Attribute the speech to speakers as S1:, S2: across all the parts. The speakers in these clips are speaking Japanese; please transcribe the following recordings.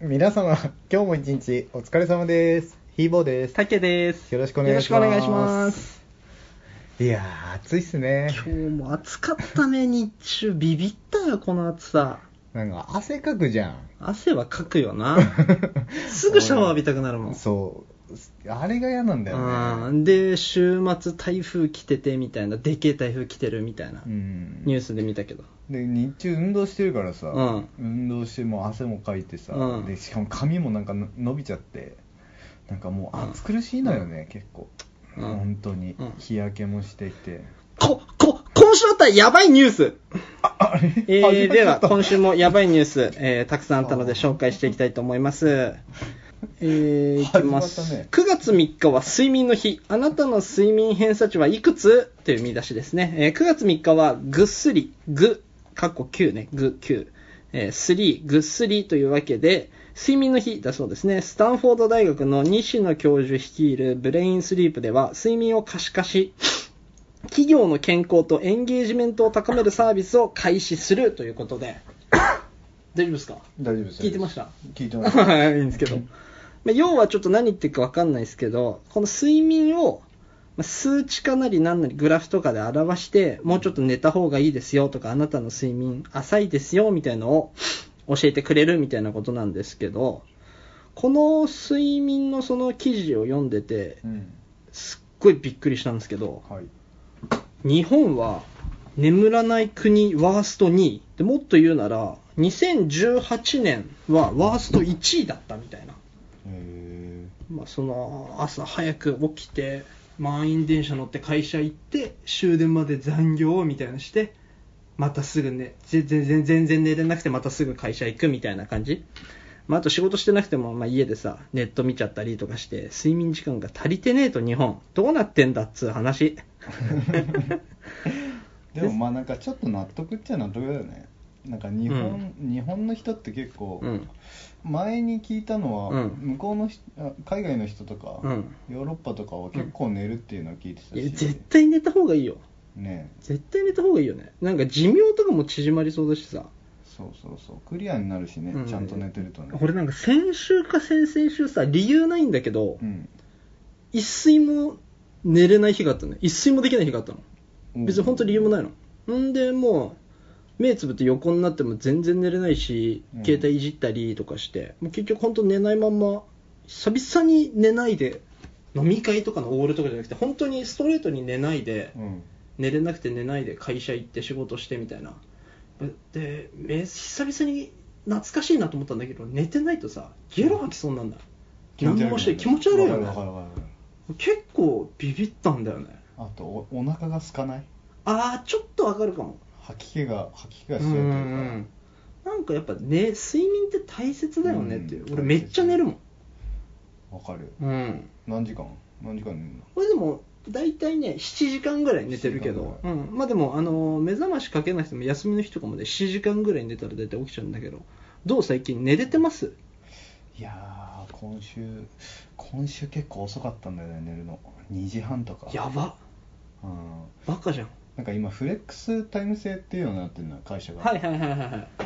S1: 皆様、今日も一日お疲れ様です。ヒーボーです。
S2: たけです。
S1: よろしくお願いします。
S2: よろしくお願いします。
S1: いやー、暑いっすね。
S2: 今日も暑かったね、日中。ビビったよ、この暑さ。
S1: なんか汗かくじゃん。
S2: 汗はかくよな。 すぐシャワー浴びたくなるもん。
S1: そう。あれが嫌なんだよ
S2: う
S1: ね。
S2: んで、週末台風来ててみたいな、でけえ台風来てるみたいな、
S1: うん
S2: ニュースで見たけど。
S1: で日中運動してるからさ、
S2: うん
S1: 運動してもう汗もかいてさ、
S2: うん
S1: でしかも髪もなんかの伸びちゃってなんかもう暑苦しいのよね、結構、
S2: うん
S1: 本当に、
S2: うん
S1: 日焼けもしていて
S2: こ、こ、今週あったやばいニュース
S1: あ あれ、
S2: え
S1: 始まっちゃっ
S2: ー、
S1: た
S2: では、今週もやばいニュース、えーたくさんあったので紹介していきたいと思います。えー、いきます。
S1: 始まったね
S2: 9月3日は睡眠の日。あなたの睡眠偏差値はいくつという見出しですね。えー9月3日はぐっすり、ぐ、かっこ9ね、ぐ9。えー、3、ぐっすりというわけで、睡眠の日だそうですね。スタンフォード大学の西野教授率いるブレインスリープでは、睡眠を可視化し、企業の健康とエンゲージメントを高めるサービスを開始するというこ とで大丈夫ですか
S1: 大丈夫です
S2: 聞いてました
S1: 聞いてま した
S2: はいいいんですけど、まあ、要はちょっと何言ってるか分かんないですけどこの睡眠をまあ数値かなり何なりグラフとかで表してもうちょっと寝た方がいいですよとかあなたの睡眠浅いですよみたいのを教えてくれるみたいなことなんですけどこの睡眠のその記事を読んでて
S1: うん
S2: すっごいびっくりしたんですけど
S1: はい
S2: 日本は眠らない国ワースト2位でもっと言うなら2018年はワースト1位だったみたいな、
S1: え
S2: まあ、その朝早く起きて満員電車乗って会社行って終電まで残業みたいなしてまたすぐ寝全然全然寝れなくてまたすぐ会社行くみたいな感じ、まあ、あと仕事してなくても、まあ、家でさネット見ちゃったりとかして睡眠時間が足りてねえと日本どうなってんだっつう話
S1: ーでもまあなんかちょっと納得っちゃ納得だよねなんか日本、日本の人って結構、
S2: うん
S1: 前に聞いたのは、
S2: うん
S1: 向こうのひあ海外の人とか、
S2: うん
S1: ヨーロッパとかは結構寝るっていうのを聞いてた
S2: いや
S1: し、
S2: 絶対寝た方がいいよ
S1: ね
S2: 絶対寝た方がいいよねなんか寿命とかも縮まりそうだしさ、
S1: そうそうそうクリアになるしね、
S2: うん
S1: ちゃんと寝てるとね
S2: 俺なんか先週か先々週さ理由ないんだけど、
S1: うん
S2: 一睡も寝れない日があったね一睡もできない日があったの別に本当理由もないのんでもう目つぶって横になっても全然寝れないし
S1: うん
S2: 携帯いじったりとかして、もう結局本当寝ないまんま久々に寝ないで飲み会とかのオールとかじゃなくて本当にストレートに寝ないで、
S1: うん
S2: 寝れなくて寝ないで会社行って仕事してみたいなでめ久々に懐かしいなと思ったんだけど寝てないとさゲロ吐きそうになんだ何もして気持ち悪い
S1: わ
S2: よ
S1: かる
S2: ね
S1: わかるわかる
S2: 結構ビビったんだよね
S1: あとおお腹が空かない
S2: ああちょっとわかるかも
S1: 吐き気が吐き気が
S2: う
S1: しちゃうというか
S2: んなんかやっぱね睡眠って大切だよねっていう、
S1: うん
S2: 俺めっちゃ寝るもん
S1: わかるよ
S2: うん
S1: 何時間何時間寝るの
S2: これでも大体ね7時間ぐらい寝てるけど
S1: 7、時
S2: う
S1: 間
S2: ん、まあでも、あのー目覚ましかけなくても休みの日とかもね7時間ぐらい寝たら大体起きちゃうんだけどどう最近寝れてます
S1: いやー今週今週結構遅かったんだよね寝るの2時半とか
S2: やば
S1: うん
S2: バカじゃん
S1: なんか今フレックスタイム制っていうのになってるのよ会社が
S2: はいはいはいはいは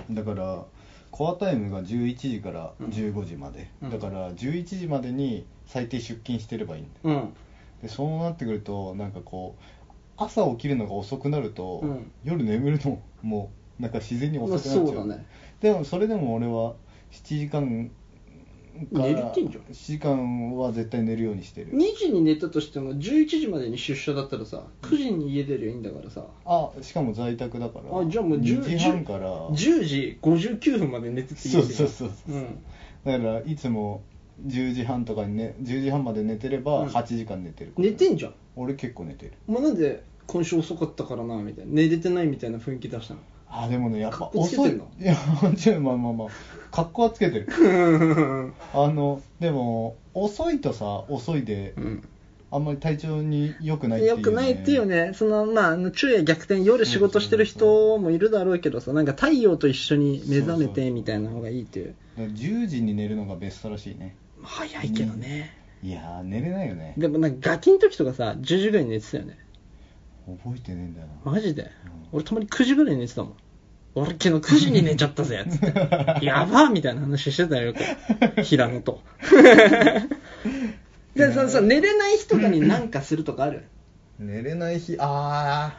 S2: い
S1: だからコアタイムが11時から15時まで、
S2: うん
S1: だから11時までに最低出勤してればいいんだよ
S2: うん
S1: でそうなってくるとなんかこう朝起きるのが遅くなると、
S2: うん
S1: 夜眠るのもなんか自然に遅く
S2: ま
S1: な
S2: あ
S1: っちゃう,、
S2: そうだね
S1: でもそれでも俺は7時間から
S2: 寝れてんじゃ
S1: 7
S2: ん
S1: 時間は絶対寝るようにしてる
S2: 2時に寝たとしても11時までに出社だったらさ9時に家出りゃいいんだからさ
S1: あしかも在宅だから
S2: あじゃあもう10
S1: 2時半から
S2: 10時59分まで寝てていい
S1: そうそうそうそううんだからいつも10時半とかにね10時半まで寝てれば
S2: うん
S1: 8時間寝てるから、
S2: 寝てんじゃん
S1: 俺結構寝てる
S2: お前なんで今週遅かったからなみたいな寝れてないみたいな雰囲気出したの
S1: あでもねやっ
S2: か
S1: ぱ
S2: っこつけ
S1: 遅
S2: て
S1: い
S2: んの
S1: いや 違うまあまあまあ格好はつけて るあのでも遅いとさ遅いで、
S2: うん
S1: あんまり体調に良くないっていう、
S2: よくないっていうね、そのまああの、昼夜逆転、夜仕事してる人もいるだろうけどさ、なんか太陽と一緒に目覚
S1: そ
S2: め
S1: うそう
S2: てみたいな方がいいっていう、
S1: だから10時に寝るのがベストらしいね
S2: 早いけどね、
S1: いやー寝れないよね
S2: でもなんか、ガキの時とかさ、10時ぐらいに寝てたよね、
S1: 覚えてねえんだよな、
S2: マジで
S1: うん、
S2: 俺、たまに9時ぐらいに寝てたもん、俺昨日9時に寝ちゃったぜ、つって。やばみたいな話してたよ、よく。平野と。で、そそ寝れない日とかに何かするとかある
S1: 寝れない日あ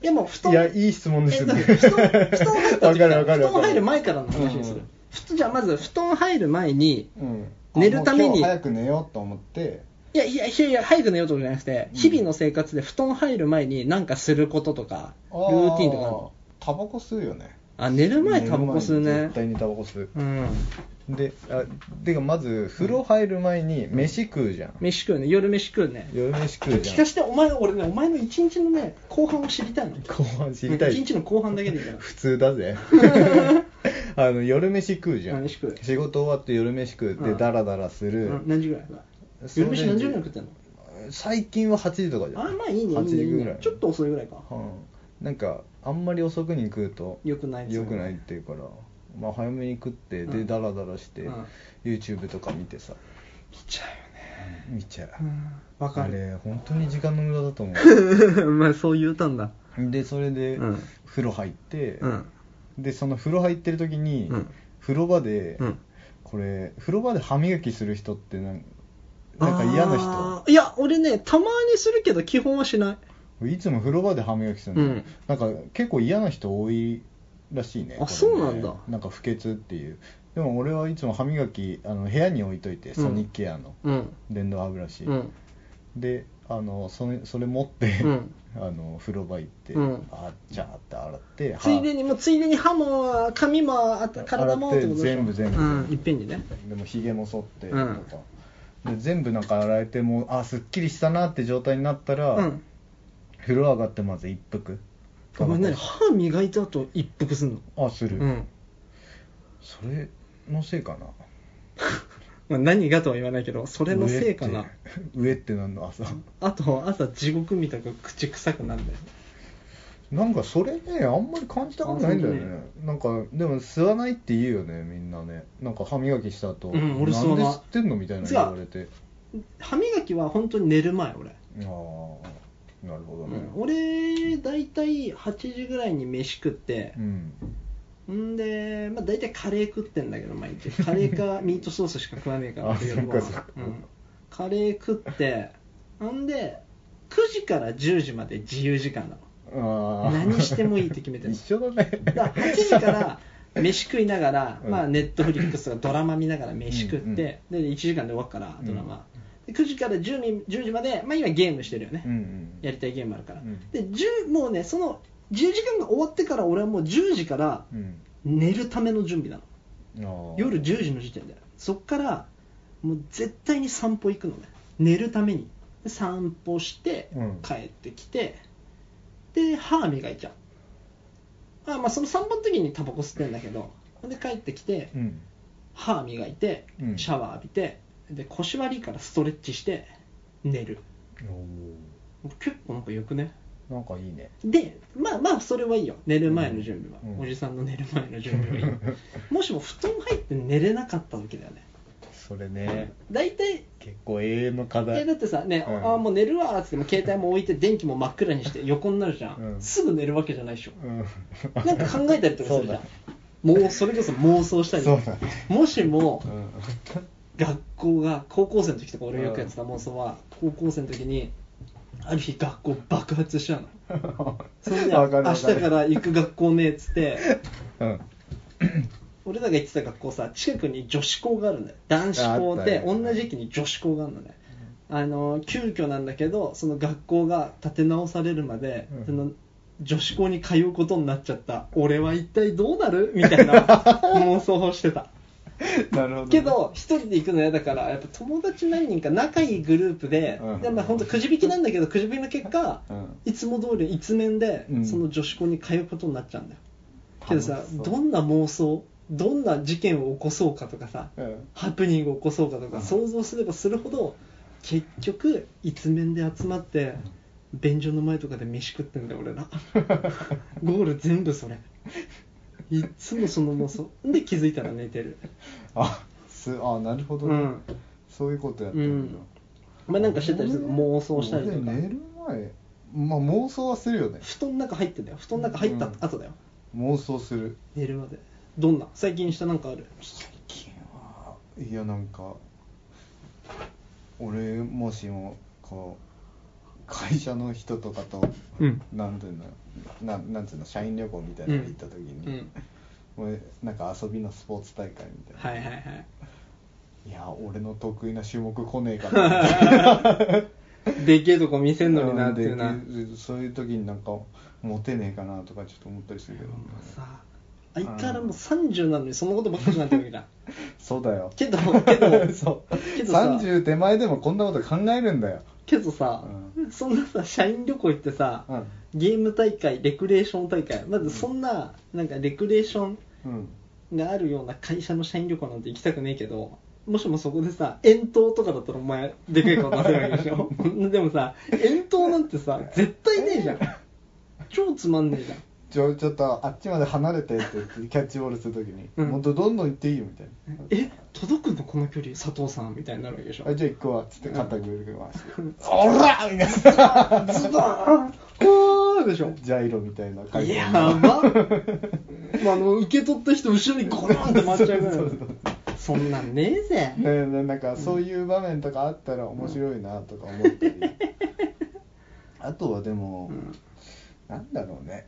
S2: でも、布
S1: あ
S2: 団。
S1: いやいい質問ですよね
S2: え布団布団入った
S1: わか
S2: 時か
S1: る
S2: ら
S1: わかるわ
S2: 布団
S1: か
S2: 入る前からの話にす
S1: うんう
S2: る
S1: ん。
S2: ふとじゃあまず布団入る前に、
S1: うん
S2: 寝るために
S1: あもう今日早く寝ようと思って
S2: いやいやいやいや、早く寝ようとかじゃなくて、
S1: うん
S2: 日々の生活で布団入る前に何かすることとか、ル
S1: あ
S2: ーティンとかあるの
S1: タバコ吸うよね
S2: あ、寝る前タバコ吸う
S1: 寝る前に
S2: ね
S1: 絶。対にタバコ吸う
S2: うん。
S1: であてかまず風呂入る前に飯食うじゃん
S2: 飯食うね。夜飯食うね。
S1: 夜飯食うじゃ
S2: 聞
S1: ん
S2: かして、お前、俺ね、お前の一日のね、後半を知りたいの。
S1: 後半知りたい
S2: 一日の後半だけでいいから。
S1: 普通だ ぜあの夜飯食うじゃん
S2: 夜飯食う
S1: 仕事終わって夜飯食うって
S2: うん
S1: ダラダラする、
S2: うん何時ぐらい
S1: それ
S2: 夜飯何時ぐらい食ってんの
S1: 最近は8時とかじゃん
S2: あ、まあいいね。
S1: 8時
S2: いいね
S1: ぐらい
S2: ちょっと遅いぐらいか。
S1: うん、なんかあんまり遅くに食うと
S2: 良くないですよ
S1: 良
S2: ね
S1: くないっていうから、まあ、早めに食って
S2: う
S1: で
S2: ん
S1: ダラダラして、
S2: うん
S1: YouTube とか見てさ
S2: 来ちゃ
S1: 見ちゃう
S2: うよね。わか
S1: あ
S2: る。
S1: れ本当に時間の無駄だと思
S2: お前、そう言うたんだ。
S1: うでそれで
S2: うん
S1: 風呂入って、
S2: うん。
S1: でその風呂入ってる時に、
S2: うん
S1: 風呂場で、
S2: うん
S1: これ風呂場で歯磨きする人ってなんなんか嫌な人
S2: あーいや、俺ね、たまにするけど、基本はしない。
S1: いつも風呂場で歯磨きするの、
S2: うん
S1: なんか結構嫌な人多いらしいね
S2: あ
S1: これね
S2: そうなんだ
S1: なんか不潔っていうでも俺はいつも歯磨きあの部屋に置いといて
S2: ん
S1: ソニックケアの
S2: うん。
S1: 電動歯ブラシ、
S2: うん。
S1: であのそれそれ持って、
S2: うん
S1: あの風呂場行って、
S2: うん
S1: あっちゃーって洗って
S2: ついでに、もうついでに歯も、髪も、あと体も
S1: 洗
S2: っ
S1: ってて
S2: ことでしょ
S1: 全部全部
S2: うん、いっぺんにね。
S1: でもひげも剃ってと
S2: うん
S1: か、で全部なんか洗えてもうあすっきりしたなって状態になったら、
S2: うん。
S1: 風呂上がってまず一服
S2: お前何歯磨いた後、一服すんの
S1: あす
S2: う
S1: る、
S2: ん。
S1: それのせいかな
S2: まあ、何がとは言わないけど、それのせいかな。
S1: 上って上ってなんの朝
S2: あと、朝地獄みたく口臭くなるんだよ。
S1: なんかそれねあんまり感じたことないんだよね
S2: あ
S1: なんかでも吸わないって言うよねみんなねなんか歯磨きした後、
S2: うん俺吸
S1: な
S2: わ
S1: んで
S2: ない
S1: 吸ってんのみたいな
S2: 違う
S1: 言われて
S2: 歯磨きは本当に寝る前、
S1: ああ
S2: 俺。
S1: なるほどね
S2: うん、俺、大体8時ぐらいに飯食って、
S1: うん、
S2: んで、まあ、大体カレー食ってんだけど毎日カレ ーかミートソースしか食わねえから
S1: あ
S2: 夜ご飯
S1: そっかそっか
S2: うん、カレー食ってほんで9時から10時まで自由時間な
S1: あ
S2: の
S1: あ
S2: 何してもいいって決めてる
S1: 一緒だね
S2: だから8時から飯食いながら、
S1: うん
S2: まあ、ネットフリックスとかドラマ見ながら飯食って、
S1: うんうん
S2: で1時間で終わっからドラマ、で9時から10時 ,10 時まで、まあ、今ゲームしてるよね、
S1: うんうん
S2: やりたいゲームあるから、
S1: うん
S2: で10もうねその10時間が終わってから俺はもう10時から
S1: うん
S2: 寝るための準備なの
S1: あー
S2: 夜10時の時点でそっからもう絶対に散歩行くのね寝るためにで散歩して
S1: うん
S2: 帰ってきて、で歯磨いちゃうあまあその散歩の時にタバコ吸ってんだけどで帰ってきて
S1: うん
S2: 歯磨いて
S1: うん
S2: シャワー浴びてで腰割りからストレッチして寝る
S1: お
S2: 結構なんかよくね
S1: ーなんかいいね
S2: でまあまあそれはいいよ寝る前の準備は、
S1: うんうん
S2: おじさんの寝る前の準備はいいよ もしも布団入って寝れなかった時だよね
S1: それね
S2: 大体
S1: 結構永遠の課
S2: え
S1: 題
S2: だってさ、ね
S1: うん
S2: あーもう寝るわーっつっても携帯も置いて電気も真っ暗にして横になるじゃん、
S1: うん
S2: すぐ寝るわけじゃないでしょ
S1: うん
S2: なんか考えたりとかするじゃんもうそれこそ妄想したり
S1: そうだね
S2: もしも
S1: うん
S2: 学校が高校生の時とか俺よくやってた妄想は高校生の時にある日学校爆発しちゃうのそれで
S1: わかる
S2: 明
S1: わ
S2: 日
S1: かる
S2: から行く学校ねえっつって
S1: うん
S2: 俺らが行ってた学校さ近くに女子校があるんだよ男子校で
S1: あったね
S2: 同じ駅に女子校があるのねあの急遽なんだけどその学校が立て直されるまで、
S1: うん
S2: その女子校に通うことになっちゃった俺は一体どうなるみたいな妄想をしてた
S1: なるほどね
S2: けど一人で行くの嫌だからやっぱ友達何人か仲いいグループで、
S1: うん
S2: でまあ本当くじ引きなんだけどくじ引きの結果、
S1: うん
S2: いつも通り一面で、
S1: うん
S2: その女子校に通うことになっちゃうんだよけどさ
S1: 楽しそう
S2: どんな妄想どんな事件を起こそうかとかさ
S1: うん
S2: ハプニングを起こそうかとか想像すればするほど結局一面で集まって便所の前とかで飯食ってんだよ 俺らゴール全部それいっつもその妄想で気づいたら寝てる
S1: あすあなるほどね、
S2: うん
S1: そういうことやってるんだ、
S2: うんお前なんかしてたりする妄想したりと
S1: 俺
S2: か
S1: 寝る前まあ妄想はするよね
S2: 布団の中入ってんだよ布団の中入った後だよ、
S1: 妄想する
S2: 寝るまでどんな最近したなんかある
S1: 最近はいやなんか俺もしもこう会社の人とかと、
S2: うん
S1: なんていうのななんていうの社員旅行みたいなの行った時に、
S2: うん
S1: 俺なんか遊びのスポーツ大会みたいな、
S2: はいはいはい
S1: いや俺の得意な種目来ねえかな
S2: でけえとこ見せんのに なって
S1: で
S2: いうな
S1: そういう時になんかモテねえかなとかちょっと思ったりするけど、
S2: もうさ相変わらずもう30なのにそんなことばっかりなんてるわ けだ
S1: そうだよ
S2: けどけど
S1: そう
S2: け どさ
S1: 30手前でもこんなこと考えるんだよ
S2: けどさ、
S1: う
S2: そんなさ社員旅行行ってさ、
S1: うん
S2: ゲーム大会レクレーション大会まずそんな,、なんかレクレーション
S1: うん
S2: があるような会社の社員旅行なんて行きたくねえけどもしもそこでさ遠投とかだったらお前でかい顔出せるわけでしょ でもさ遠投なんてさ絶対ねえじゃん超つまんねえじゃん
S1: ちょちょっとあっちまで離れてって言 ってキャッチボールするときに、
S2: うん
S1: もっとどんどん行っていいよみたいな
S2: え届くのこの距離佐藤さんみたいになるわけでしょ
S1: あじゃあ行くわっつって肩ぐるぐる回して
S2: うん
S1: 「おら!」みたいな
S2: ズバーンこうでしょ
S1: ジャイロみたいな感
S2: い
S1: じ
S2: やばまああの受け取った人後ろにゴロンって回っちゃうぐらい
S1: そうそう
S2: そんなんねえぜ
S1: ねねなんかそういう場面とかあったら面白いなとか思ったり、あとはでも、
S2: うん
S1: なんだろうね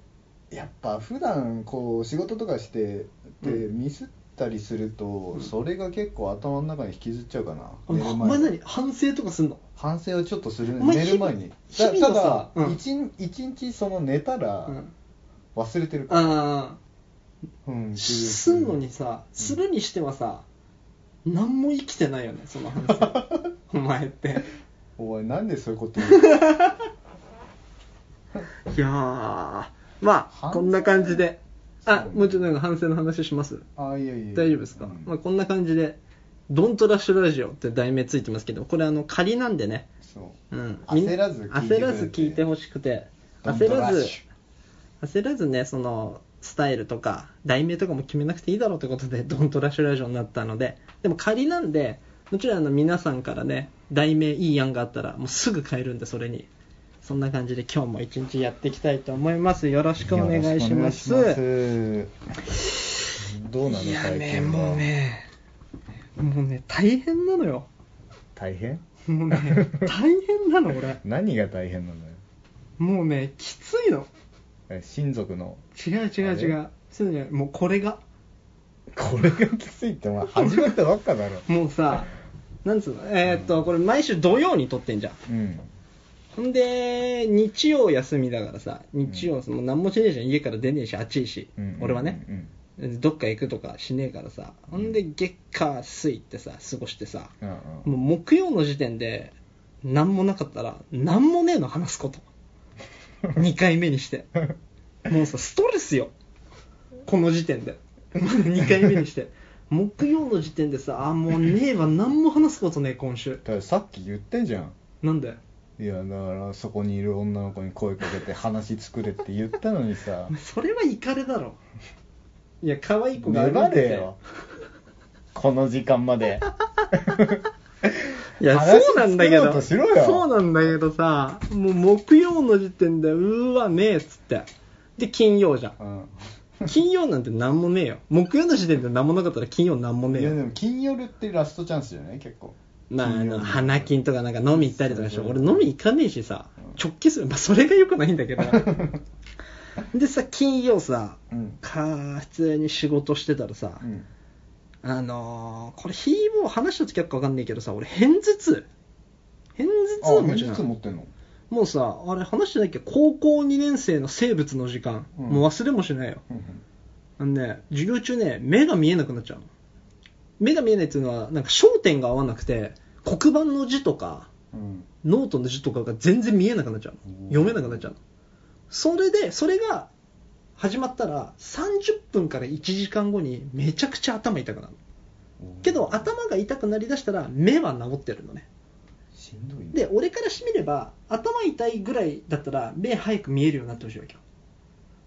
S1: やっぱ普段こう仕事とかしてで
S2: うん
S1: ミスったりすると、それが結構頭の中に引きずっちゃうかな、
S2: お
S1: 寝
S2: 前
S1: る
S2: お
S1: 前
S2: 前
S1: に
S2: 何反省とかすんの
S1: 反省をちょっとする
S2: お前
S1: 寝る前に
S2: 日
S1: だ
S2: 々日々
S1: た
S2: のさ
S1: だ
S2: うん
S1: 一、一日その寝たら
S2: うん
S1: 忘れてるから、
S2: あ
S1: うん気づ
S2: あ
S1: く
S2: すんのにさするにしてはさ何も生きてないよねその反省お前って
S1: おいなんでそういうこと言うの
S2: いやーまあ
S1: 反省
S2: こんな感じであ
S1: そう
S2: もうちょっとなんか反省の話します
S1: あいやいや
S2: 大丈夫ですか、
S1: うん
S2: まあ、こんな感じで「ドントラッシュラジオ」って題名ついてますけどこれあの仮なんでね、
S1: そう
S2: うん、みん
S1: 焦らず聞いてくれ
S2: 焦らず聞いてほしくて
S1: ドン
S2: 焦
S1: トラ
S2: ら
S1: ッ
S2: ず
S1: シ
S2: 焦らずねそのスタイルとか題名とかも決めなくていいだろうってことで「ドントラッシュラジオ」になったのででも仮なんでもちろんあの皆さんからね題名いい案があったらもうすぐ変えるんでそれにそんな感じで今日も一日やっていきたいと思いますよろしく
S1: ュ
S2: お願いします
S1: よろしくお願いしますどうなの
S2: いや
S1: 最
S2: ね
S1: 近は
S2: もうねもうね大変なのよ
S1: 大変
S2: もうね 大変なの俺
S1: 何が大変なのよ
S2: もうねきついの
S1: え親族の
S2: 違う違う違うそうじゃないもうこれが
S1: これがきついってお前始まったばっかだろ
S2: もうさなんつうのえーっとこれ毎週土曜に撮ってんじゃん
S1: うん
S2: ほんで日曜休みだからさ日曜もう何もしねえじゃん家から出ねえし暑いし、
S1: うん
S2: 俺はね
S1: う、ん
S2: どっか行くとかしねえからさほんで月火水ってさ過ごしてさ、
S1: うんうん
S2: もう木曜の時点で何もなかったら何もねえの話すこと 2回目にしてもうさストレスよこの時点でまだ2回目にして木曜の時点でさあもうねえわ何も話すことねえ今週
S1: だからさっき言ってんじゃん
S2: なんで
S1: いやだからそこにいる女の子に声かけて話作れって言ったのにさ
S2: お前それはイカレだろいや可愛い子が
S1: 粘
S2: て
S1: れ よこの時間まで
S2: いや
S1: 話
S2: そうなんだけ
S1: 作ろう
S2: ど
S1: としろよ
S2: そうなんだけどさもう木曜の時点でうーわねえっつってで金曜じゃん
S1: うん
S2: 金曜なんて何もねえよ木曜の時点で何もなかったら金曜何もねえ
S1: いやで
S2: よ
S1: も金夜ってラストチャンスじゃない結構
S2: まあ、あ
S1: 金曜
S2: の
S1: 日
S2: 花金とかなんか飲み行ったりとかして
S1: そうそう
S2: 俺飲み行かねえしさ直帰する、まあ、それがよくないんだ けどでさ金曜さ
S1: うん
S2: か普通に仕事してたらさ、
S1: うん
S2: あのーこれヒーボー話した時はか分かんないけどさ俺偏頭痛偏頭痛
S1: あ
S2: 持
S1: 偏
S2: ち
S1: 頭
S2: な
S1: 痛
S2: の
S1: 持ってんの
S2: もうさあれ話してないっけ高校2年生の生物の時間、
S1: うん
S2: もう忘れもしないよ
S1: うんうん
S2: あのね、授業中ね、目が見えなくなっちゃうの。目が見えないっていうのは、なんか焦点が合わなくて、黒板の字とか、
S1: うん
S2: ノートの字とかが全然見えなくなっちゃう
S1: うん
S2: の。読めなくなっちゃうの。それで、それが始まったら、30分から1時間後にめちゃくちゃ頭痛くなる。けど、頭が痛くなりだしたら、目は治ってるのね。
S1: しんどいね
S2: で、俺からしてみれば、頭痛いぐらいだったら、目早く見えるようになってほしいわけよ。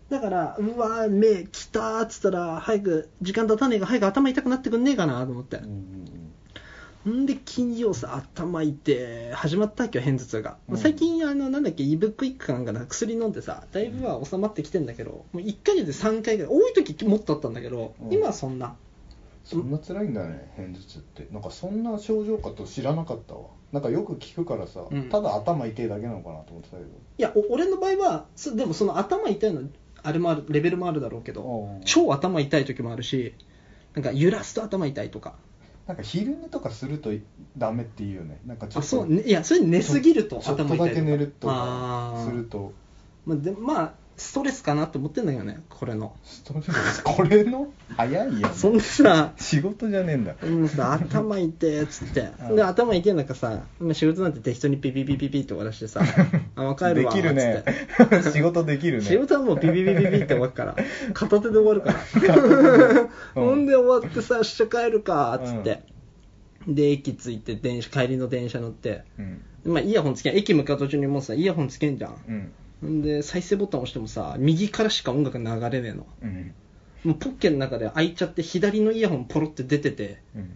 S2: だから、うわー、目きたーっつったら、早く、時間経たねえが、早く頭痛くなってくんねえかなと思って
S1: う。んうん
S2: んで金曜さ頭痛い始まったわけよ片頭痛が、
S1: うん
S2: 最近あのなんだっけイブクイックかなんかな薬飲んでさだいぶは収まってきてんだけどもう1ヶ月で3回ぐらい多い時もっとあったんだけど、
S1: うん
S2: 今はそんな
S1: そんな辛いんだね片頭痛ってなんかそんな症状かと知らなかったわなんかよく聞くからさ、
S2: うん
S1: ただ頭痛いだけなのかなと思ってたけど
S2: いやお俺の場合はすでもその頭痛いのあれもあるレベルもあるだろうけど
S1: うん
S2: 超頭痛い時もあるしなんか揺らすと頭痛いとか
S1: なんか昼寝とかするとダメっていうよねなんかちょ
S2: あ
S1: っと
S2: そう、ね、いやそれ寝すぎると
S1: ちょっ
S2: 頭
S1: と
S2: 痛い
S1: だけ寝ると
S2: あ
S1: か
S2: ー
S1: すると
S2: まあ、でまあストレスかなって思ってんだけどねこれの
S1: ストレス これの早いや
S2: そんなさ
S1: 仕事じゃねえんだ
S2: うんさ頭痛えっつって
S1: うん
S2: で頭痛えなんかさまあ仕事なんて適当にピピピピピって終わらし てさあ分かる
S1: で
S2: わ
S1: きるね
S2: っつ っ
S1: 仕事できる
S2: て
S1: ね
S2: 仕事はもうピピピピピって終わるから片手で終わるから
S1: うん
S2: ほんで終わってさ、しゃ帰るかっつって、で、駅着いて電車、帰りの電車乗って、
S1: うん
S2: まあ、イヤホンつけん、駅向かう途中にもうさ、イヤホンつけんじゃん。
S1: うん
S2: ほんで、再生ボタン押してもさ、右からしか音楽流れねえの。
S1: うん
S2: もうポッケの中で開いちゃって、左のイヤホンポロって出てて、
S1: うん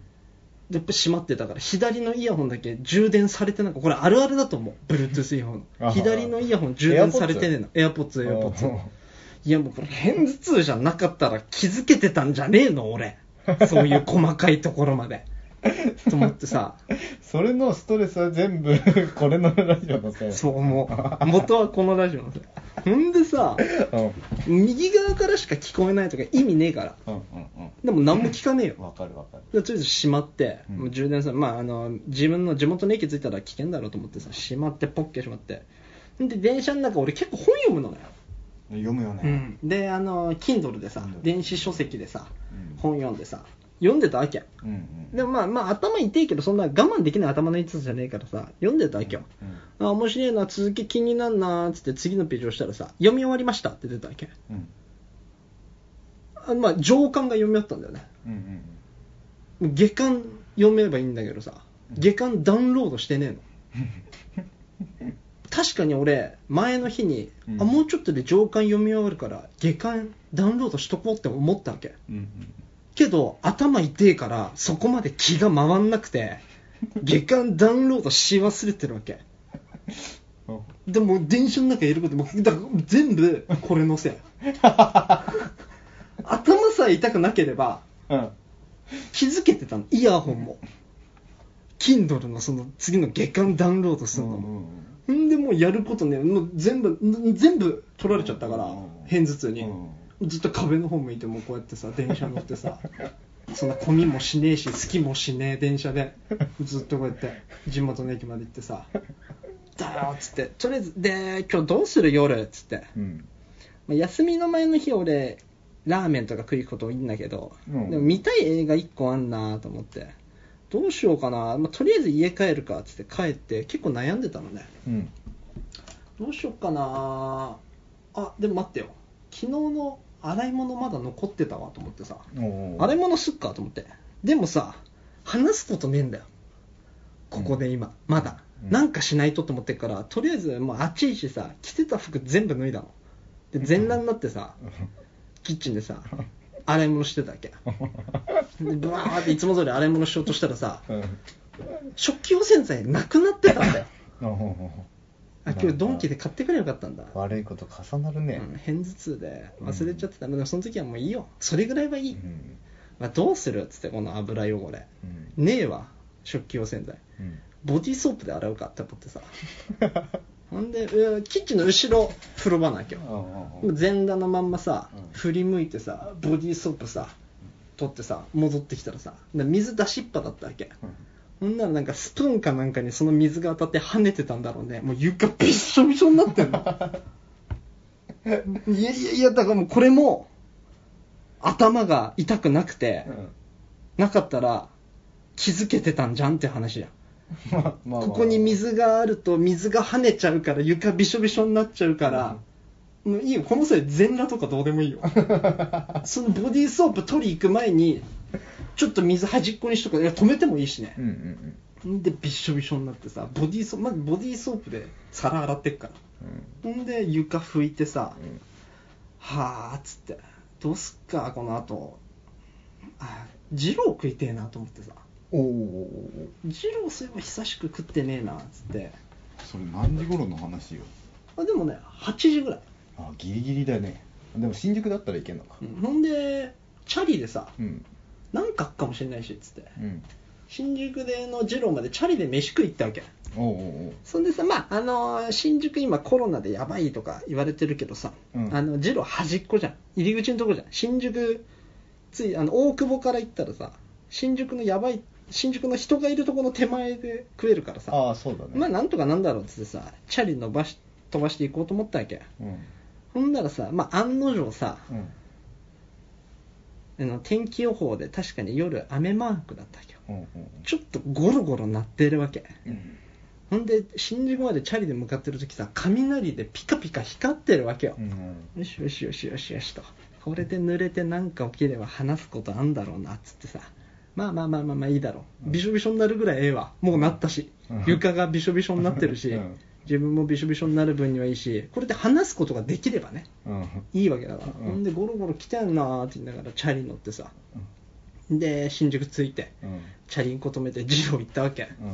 S2: で、閉まってたから、左のイヤホンだけ充電されてなんか、これあるあるだと思う。Bluetooth イヤホン
S1: あ
S2: の。
S1: は
S2: 左のイヤホン充電されてねえの。AirPods、AirPods。いやもうこれ偏頭痛じゃなかったら気づけてたんじゃねえの俺そういう細かいところまでと思ってさ
S1: それのストレスは全部これのラジオのせい
S2: そう思う元はこのラジオのせいほんでさ
S1: うんうん
S2: 右側からしか聞こえないとか意味ねえから
S1: うん
S2: でも何も聞かねえよ
S1: うんわかるわかる
S2: でとりあえず閉まって、
S1: うん
S2: もう充電さ、まあ、あの自分の地元の駅着いたら危険だろうと思ってさ閉まってポッケ閉まってで電車の中俺結構本読むのよ、
S1: 読むよね
S2: であの Kindle でさ
S1: Kindle
S2: 電子書籍でさ
S1: うん
S2: 本読んでさ読んでたわけ
S1: うんうん
S2: でもまあまあ頭痛いけどそんな我慢できない頭の痛さじゃねえからさ読んでたわけよ、
S1: う
S2: あ面白いな続き気になんなーっつって次のページをしたらさ読み終わりましたって出たわけ
S1: んうん
S2: あまあ上巻が読み終わったんだよね
S1: うんうん
S2: 下巻読めばいいんだけどさ下巻ダウンロードしてねえの 確かに俺前の日に、
S1: うん
S2: あもうちょっとで上巻読み終わるから下巻ダウンロードしとこうって思ったわけ
S1: うんうん
S2: けど頭痛いからそこまで気が回んなくて 月間ダウンロードし忘れてるわけ
S1: うん
S2: でも電車の中やることもだから全部これのせい頭さえ痛くなければ
S1: うん
S2: 気づけてたのイヤホンも Kindle のその次の月間ダウンロードする
S1: う
S2: の
S1: んう
S2: も、
S1: んうん
S2: んでもうやることねもう全部ん全部取られちゃったから
S1: うんうんうん
S2: 偏頭痛に、
S1: うん
S2: ずっと壁の方向いてもうこうやってさ電車乗ってさ そんな混みもしねえし好きもしねえ電車でずっとこうやって地元の駅まで行ってさ「だよ」っつって「とりあえずで今日どうする夜」っつって、
S1: うん
S2: まあ、休みの前の日俺ラーメンとか食い行くこと多いんだけど、
S1: うん
S2: でも見たい映画1個あんなと思ってどうしようかな、まあ、とりあえず家帰るかっつって帰って結構悩んでたのね
S1: うん
S2: どうしよっかなあでも待ってよ昨日の洗い物まだ残ってたわと思ってさ
S1: おー
S2: 洗い物すっかと思ってでもさ話すことねえんだよここで今、まだ、
S1: うん
S2: なんかしないとと思ってっからとりあえずもう暑いしさ着てた服全部脱いだので全裸になってさキッチンでさ洗い物してたわけでブワーっていつも通り洗い物しようとしたらさ
S1: うん
S2: 食器用洗剤なくなってた んだよ
S1: おー
S2: あ今日ドンキで買ってくればよかったんだ
S1: 悪いこと重なるね
S2: うん、偏頭痛で忘れちゃってた、でもその時はもういいよそれぐらいはいい、
S1: うん
S2: まあ、どうするっつってこの油汚れ
S1: うん
S2: ねえわ食器用洗剤
S1: うん
S2: ボディーソープで洗うかって思ってさほんでうーキッチンの後ろ風呂場なわけよ
S1: うん
S2: 全裸のまんまさ
S1: うん
S2: 振り向いてさボディーソープさ取ってさ戻ってきたらさで水出しっぱだったわけほんならなんかスプーンかなんかにその水が当たって跳ねてたんだろうねもう床びっしょびしょになってんの いやいやいやだからもうこれも頭が痛くなくて
S1: うん
S2: なかったら気づけてたんじゃんって話や
S1: まあまあ
S2: ここに水があると水が跳ねちゃうから床びしょびしょになっちゃうから、もういいよこの際全裸とかどうでもい いよそのボディーソープ取り行く前にちょっと水端っこにしとかいや止めてもいいしね
S1: うんうん
S2: んでびっしょびしょになってさボディーソープまずボディーソープで皿洗ってっから
S1: うん
S2: ほんで床拭いてさ、
S1: うん
S2: はあっつってどうすっかこの後あジロー食いてえなと思ってさ
S1: おーおーおー
S2: 二郎そういえば久しく食ってねえなっつって
S1: それ何時頃の話よ
S2: あでもね8時ぐらい、
S1: あギリギリだねでも新宿だったらいけんのか
S2: うんほんでチャリでさ
S1: うん
S2: 何かかもしれないしっつって
S1: うん
S2: 新宿での二郎までチャリで飯食い行ったわけ
S1: おうおうおう
S2: そんでさまああのー新宿今コロナでやばいとか言われてるけどさ、
S1: うん
S2: あの二郎端っこじゃん入り口のとこじゃん新宿ついあの大久保から行ったらさ新宿のやばい新宿の人がいるところの手前で食えるからさ
S1: ああそうだね
S2: まあなんとかなんだろうっつってさチャリ伸ばし飛ばしていこうと思ったわけ
S1: うん
S2: ほんならさ、まあ、案の定さ、
S1: うん
S2: あの天気予報で確かに夜雨マークだったわけよ
S1: うん
S2: ちょっとゴロゴロ鳴ってるわけ
S1: うん
S2: ほんで新宿までチャリで向かってる時さ雷でピカピカ光ってるわけよ
S1: う、ん
S2: よしよしよしよしよしとこれで濡れてなんか起きれば話すことあんだろうなっつってさまあまあまあまあまあいいだろう
S1: うん
S2: びしょびしょになるぐらいええわもうなったし、
S1: うん
S2: 床がびしょびしょになってるし、
S1: うん
S2: 自分もびしょびしょになる分にはいいしこれで話すことができればね
S1: うん
S2: いいわけだから、
S1: うん
S2: ほんでゴロゴロ来てんなーって言いながらチャリ乗ってさで新宿着いて
S1: うんうん
S2: チャリンコ止めて二郎行ったわけ
S1: う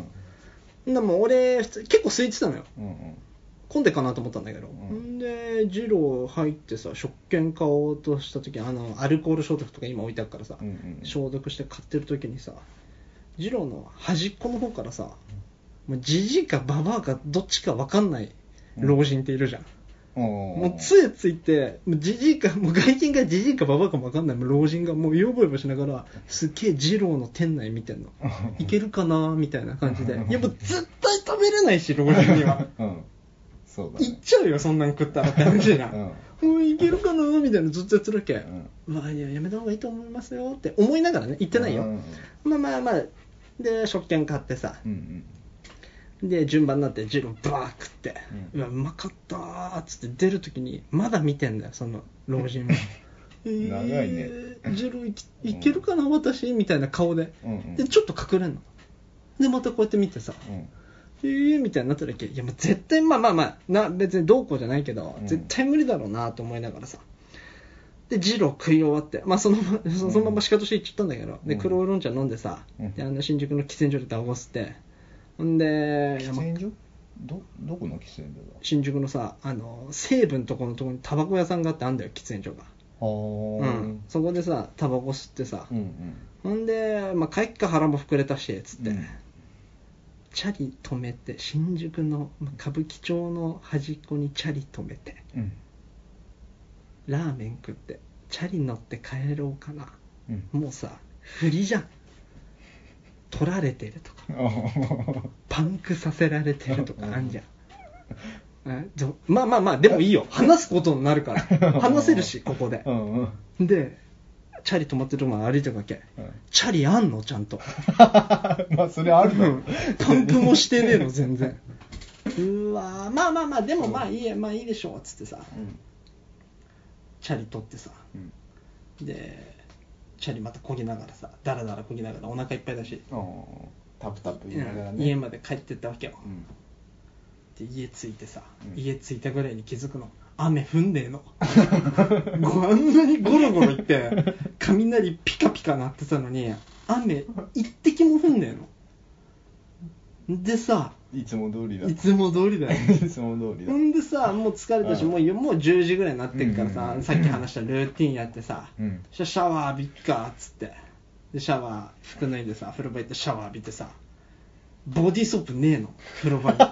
S1: ん
S2: ほんでもう俺普通結構空いてたのよ
S1: うん
S2: 混んでっかなと思ったんだけど、
S1: うん
S2: ほん、で二郎入ってさ食券買おうとした時あのアルコール消毒とか今置いてあるからさ、
S1: うんうん
S2: 消毒して買ってる時にさ二郎の端っこの方からさもうじじいかばばあかどっちか分かんない老人っているじゃん、もう
S1: い
S2: 杖ついて、もうじじいか、もう外見がじじいかばばあかもわかんない、もう老人がもうよぼよぼしながら、すっげえ二郎の店内見てん の。いけるかなみたいな感じで。いやもう絶対食べれないし、老人には。
S1: うんそうだ
S2: 行っ
S1: ね
S2: ちゃうよ、そんなん食ったらって話じゃん。うん、いけるかなみたいなずっとやってるわけ。
S1: ん
S2: うわ、いや、やめた方がいいと思いますよって思いながらね、言ってないよ。
S1: うん
S2: まあまあまあ、で、食券買ってさ、
S1: うんうん
S2: で順番になってジローバー食って、う
S1: うん
S2: わうまかったーっつって出るときにまだ見てんだよその老 人も
S1: 長いね
S2: えージローいきいけるかな私みたいな顔で
S1: うんうん
S2: でちょっと隠れんのでまたこうやって見てさ
S1: うん
S2: えーみたいになった時いやもう絶対まあまあまあな別にどうこうじゃないけど、
S1: うん
S2: 絶対無理だろうなと思いながらさでジロー食い終わって、まあ、そのままそのまま仕方して行っちゃったんだけど、で
S1: うん
S2: 黒ウーロン茶飲んでさ、
S1: うん
S2: であの新宿の喫煙所でダゴ吸ってほんで
S1: 喫煙所どどこの喫煙所だ
S2: 新宿のさあの西武のとこのとこにタバコ屋さんがあってあんだよ喫煙所が、
S1: あー
S2: うん、そこでさタバコ吸ってさ、
S1: うんうん
S2: ほんで、まあ、帰っか腹も膨れたしつって、
S1: うん
S2: チャリ止めて新宿のまあ歌舞伎町の端っこにチャリ止めて
S1: うん
S2: ラーメン食ってチャリ乗って帰ろうかな
S1: うん
S2: もうさ振りじゃん取られてるとか
S1: あー
S2: パンクさせられてるとか
S1: うん
S2: あんじゃん。えちょまあまあまあ、でもいいよ。話すことになるから。話せるし、ここで
S1: う。んうん
S2: で、チャリ止まってるとこまで歩いてるわけ。
S1: うん
S2: チャリあんのちゃんと。
S1: まあそれある
S2: う
S1: の
S2: んパンプもしてねえの、全然。 うわーまあまあまあ、でもまあいいや、まあいいでしょう、つってさ。
S1: うん
S2: チャリ取ってさ。
S1: うん
S2: で、チャリまたこぎながらさ、だらだらこぎながらお腹いっぱいだし、
S1: あータプタプ言いながら
S2: うん
S1: ね
S2: 家まで帰ってったわけよ。
S1: うん
S2: で家着いてさ、
S1: うん
S2: 家着いたぐらいに気づくの雨降んねえの もうあんなにゴロゴロいって雷ピカピカ鳴ってたのに雨一滴も降んねえのでさ
S1: いつも通りだ
S2: いつも通 りだよ
S1: いつも通りだ
S2: ほんでさもう疲れたし、
S1: うん
S2: もうよもう10時ぐらいになってるからさ、
S1: うん
S2: さっき話したルーティンやってさ、
S1: うん
S2: そしたらシャワー浴びっかっつってでシャワー服脱いでさ風呂場行ってシャワー浴びてさボディーソープねえの風呂場に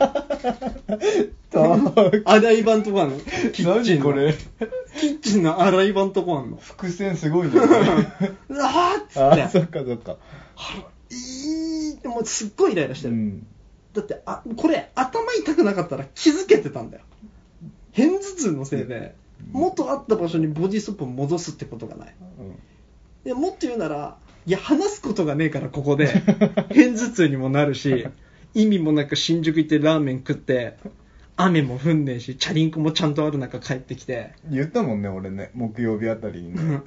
S2: 洗い場んとこあんのキッチン
S1: 何
S2: の
S1: これ
S2: キッチンの洗い場んとこあんの
S1: 伏線すごいね あ
S2: うわーっつ
S1: ーそ
S2: っ
S1: ってかそっか
S2: 腹いいってもうすっごいイライラして
S1: う
S2: る、
S1: ん
S2: だってあこれ頭痛くなかったら気づけてたんだよ片頭痛のせいで
S1: うん
S2: 元あった場所にボディーソープを戻すってことがない
S1: うん
S2: でもっと言うならいや話すことがねえから ここで片頭痛にもなるし意味もなく新宿行ってラーメン食って雨も降んねえしチャリンコもちゃんとある中帰ってきて
S1: 言ったもんね俺ね木曜日あたりに
S2: う
S1: ね
S2: ん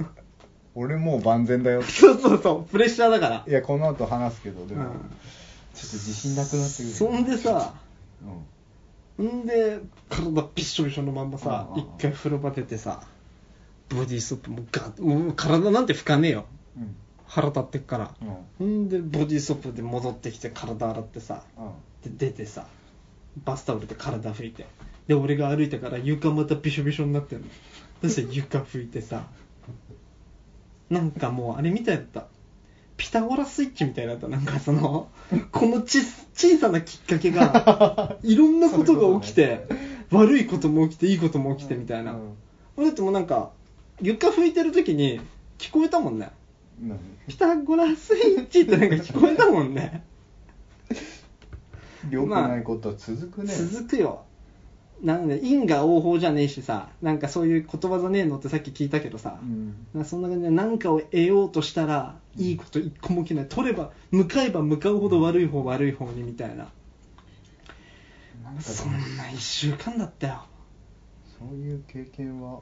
S1: 俺もう万全だよって
S2: そうそうそう、プレッシャーだから。
S1: いやこの後話すけどでも、
S2: うん
S1: ちょっと自信なくなってくる
S2: そんでさ、
S1: うん
S2: んで、体びっしょびしょのまんまさ、
S1: うん
S2: 一回風呂場出てさ、ボディーソープもガッ、もう体なんて拭かねえよ。
S1: うん
S2: 腹立ってっから
S1: うん
S2: ほんでボディーソープで戻ってきて体洗ってさで出てさバスタオルで体拭いてで俺が歩いたから床またびしょびしょになってるの そして床拭いてさなんかもうあれみたいだったピタゴラスイッチみたいだったなんかそのこのち小さなきっかけ がいろんなことが起きて悪いことも起きていいことも起きてみたいな、
S1: うん
S2: 俺だってもうなんか床拭いてる時に聞こえたもんね
S1: 何
S2: ピタゴラスイッチってなんか聞こえたもんね
S1: 良くないことは続くね、
S2: 続くよなんで因果応報じゃねえしさなんかそういう言葉じゃねえのってさっき聞いたけどさ、
S1: うん
S2: なんかそんな感じで何かを得ようとしたらいいこと一個も起きない取れば向かえば向かうほど悪い方悪い方にみたいな
S1: なんか
S2: そんな1週間だったよ
S1: そういう経験は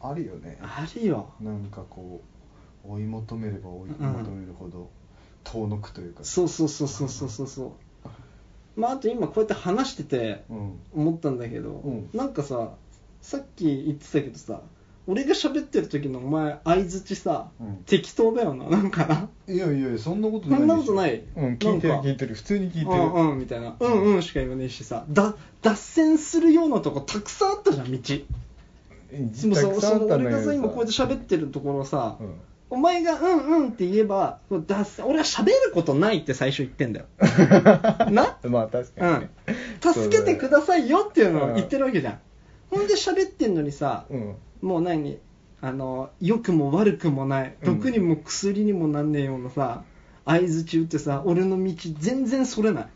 S1: あるよね
S2: あるよ
S1: なんかこう追い求めれば追い求めるほど遠のくというか
S2: そうそうそうそうそうそうそうまああと今こうやって話してて
S1: うん
S2: 思ったんだけど、
S1: うん
S2: なんかささっき言ってたけどさ俺が喋ってる時のお前相づちさ、
S1: うん
S2: 適当だよななんかない
S1: やいやいやそんなことないでしょ
S2: そんなことない
S1: うん聞いてる
S2: なんか
S1: 聞いてる普通に聞いてる
S2: うんうんみたいなうんうんしか言わねえしさだ脱線するようなとこたくさんあったじゃん道
S1: 実
S2: で
S1: 際
S2: も
S1: た
S2: さ
S1: くさん
S2: そ
S1: あっ
S2: の
S1: たんだ
S2: 俺
S1: けど
S2: が
S1: さ
S2: さ今こうやって喋ってるところさ、
S1: うん
S2: お前が「うんうん」って言えばこう脱線俺は喋ることないって最初言ってんだ よな
S1: まあ確
S2: う
S1: かに
S2: ん
S1: ね、
S2: 助けてくださいよっていうのを言ってるわけじゃん、ほんで喋ってんのにさ、
S1: うん
S2: もう何あの良くも悪くもない
S1: うん
S2: 毒にも薬にもなんねえようなさ相づち打ってさ俺の道全然それな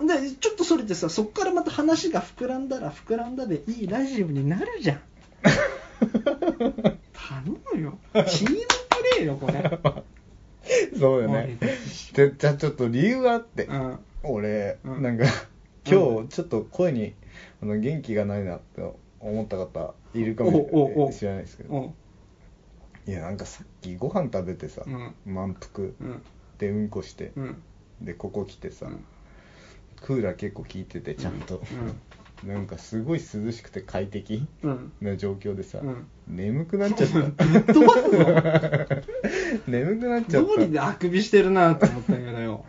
S2: いでちょっとそれてさそっからまた話が膨らんだら膨らんだでいいラジオになる じゃん頼むよチームプレーよこれ
S1: そうよねでじゃあちょっと理由があって
S2: うん
S1: 俺、
S2: うん
S1: なんか
S2: う
S1: 今日ちょっと声にあの元気がないなって思った方いるかも
S2: おうおうおう
S1: しれないですけ
S2: う
S1: ど
S2: ん
S1: いやなんかさっきご飯食べてさ、
S2: うん
S1: 満腹
S2: うん
S1: でうんこして
S2: う、ん
S1: でここ来てさ、
S2: うん
S1: クーラー結構効いててちゃんと、なんかすごい涼しくて快適
S2: うんうん
S1: な状況でさ、
S2: うん
S1: 眠くなっちゃった
S2: 飛ばすの
S1: 眠くなっちゃっ
S2: どうりで
S1: た
S2: あくびしてるなと思ったけどよ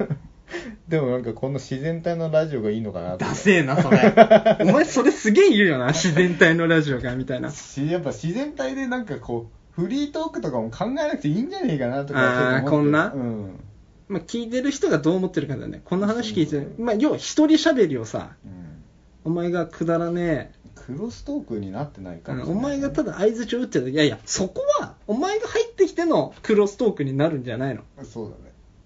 S1: でもなんかこの自然体のラジオがいいのかなって
S2: ダセえなそれお前それすげえ言うよな自然体のラジオがみたいな
S1: しやっぱ自然体でなんかこうフリートークとかも考えなくていいんじゃねえかなとかちょっと思って
S2: あーこんな
S1: うん
S2: まあ、聞いてる人がどう思ってるかだよねこの話聞いてまあ、要は一人喋りをさ
S1: うん
S2: お前がくだらねえ
S1: クロストークになってないか
S2: あ
S1: ら、
S2: のお前がただ相づちを打ってるいやいやそこはお前が入ってきてのクロストークになるんじゃないの
S1: そう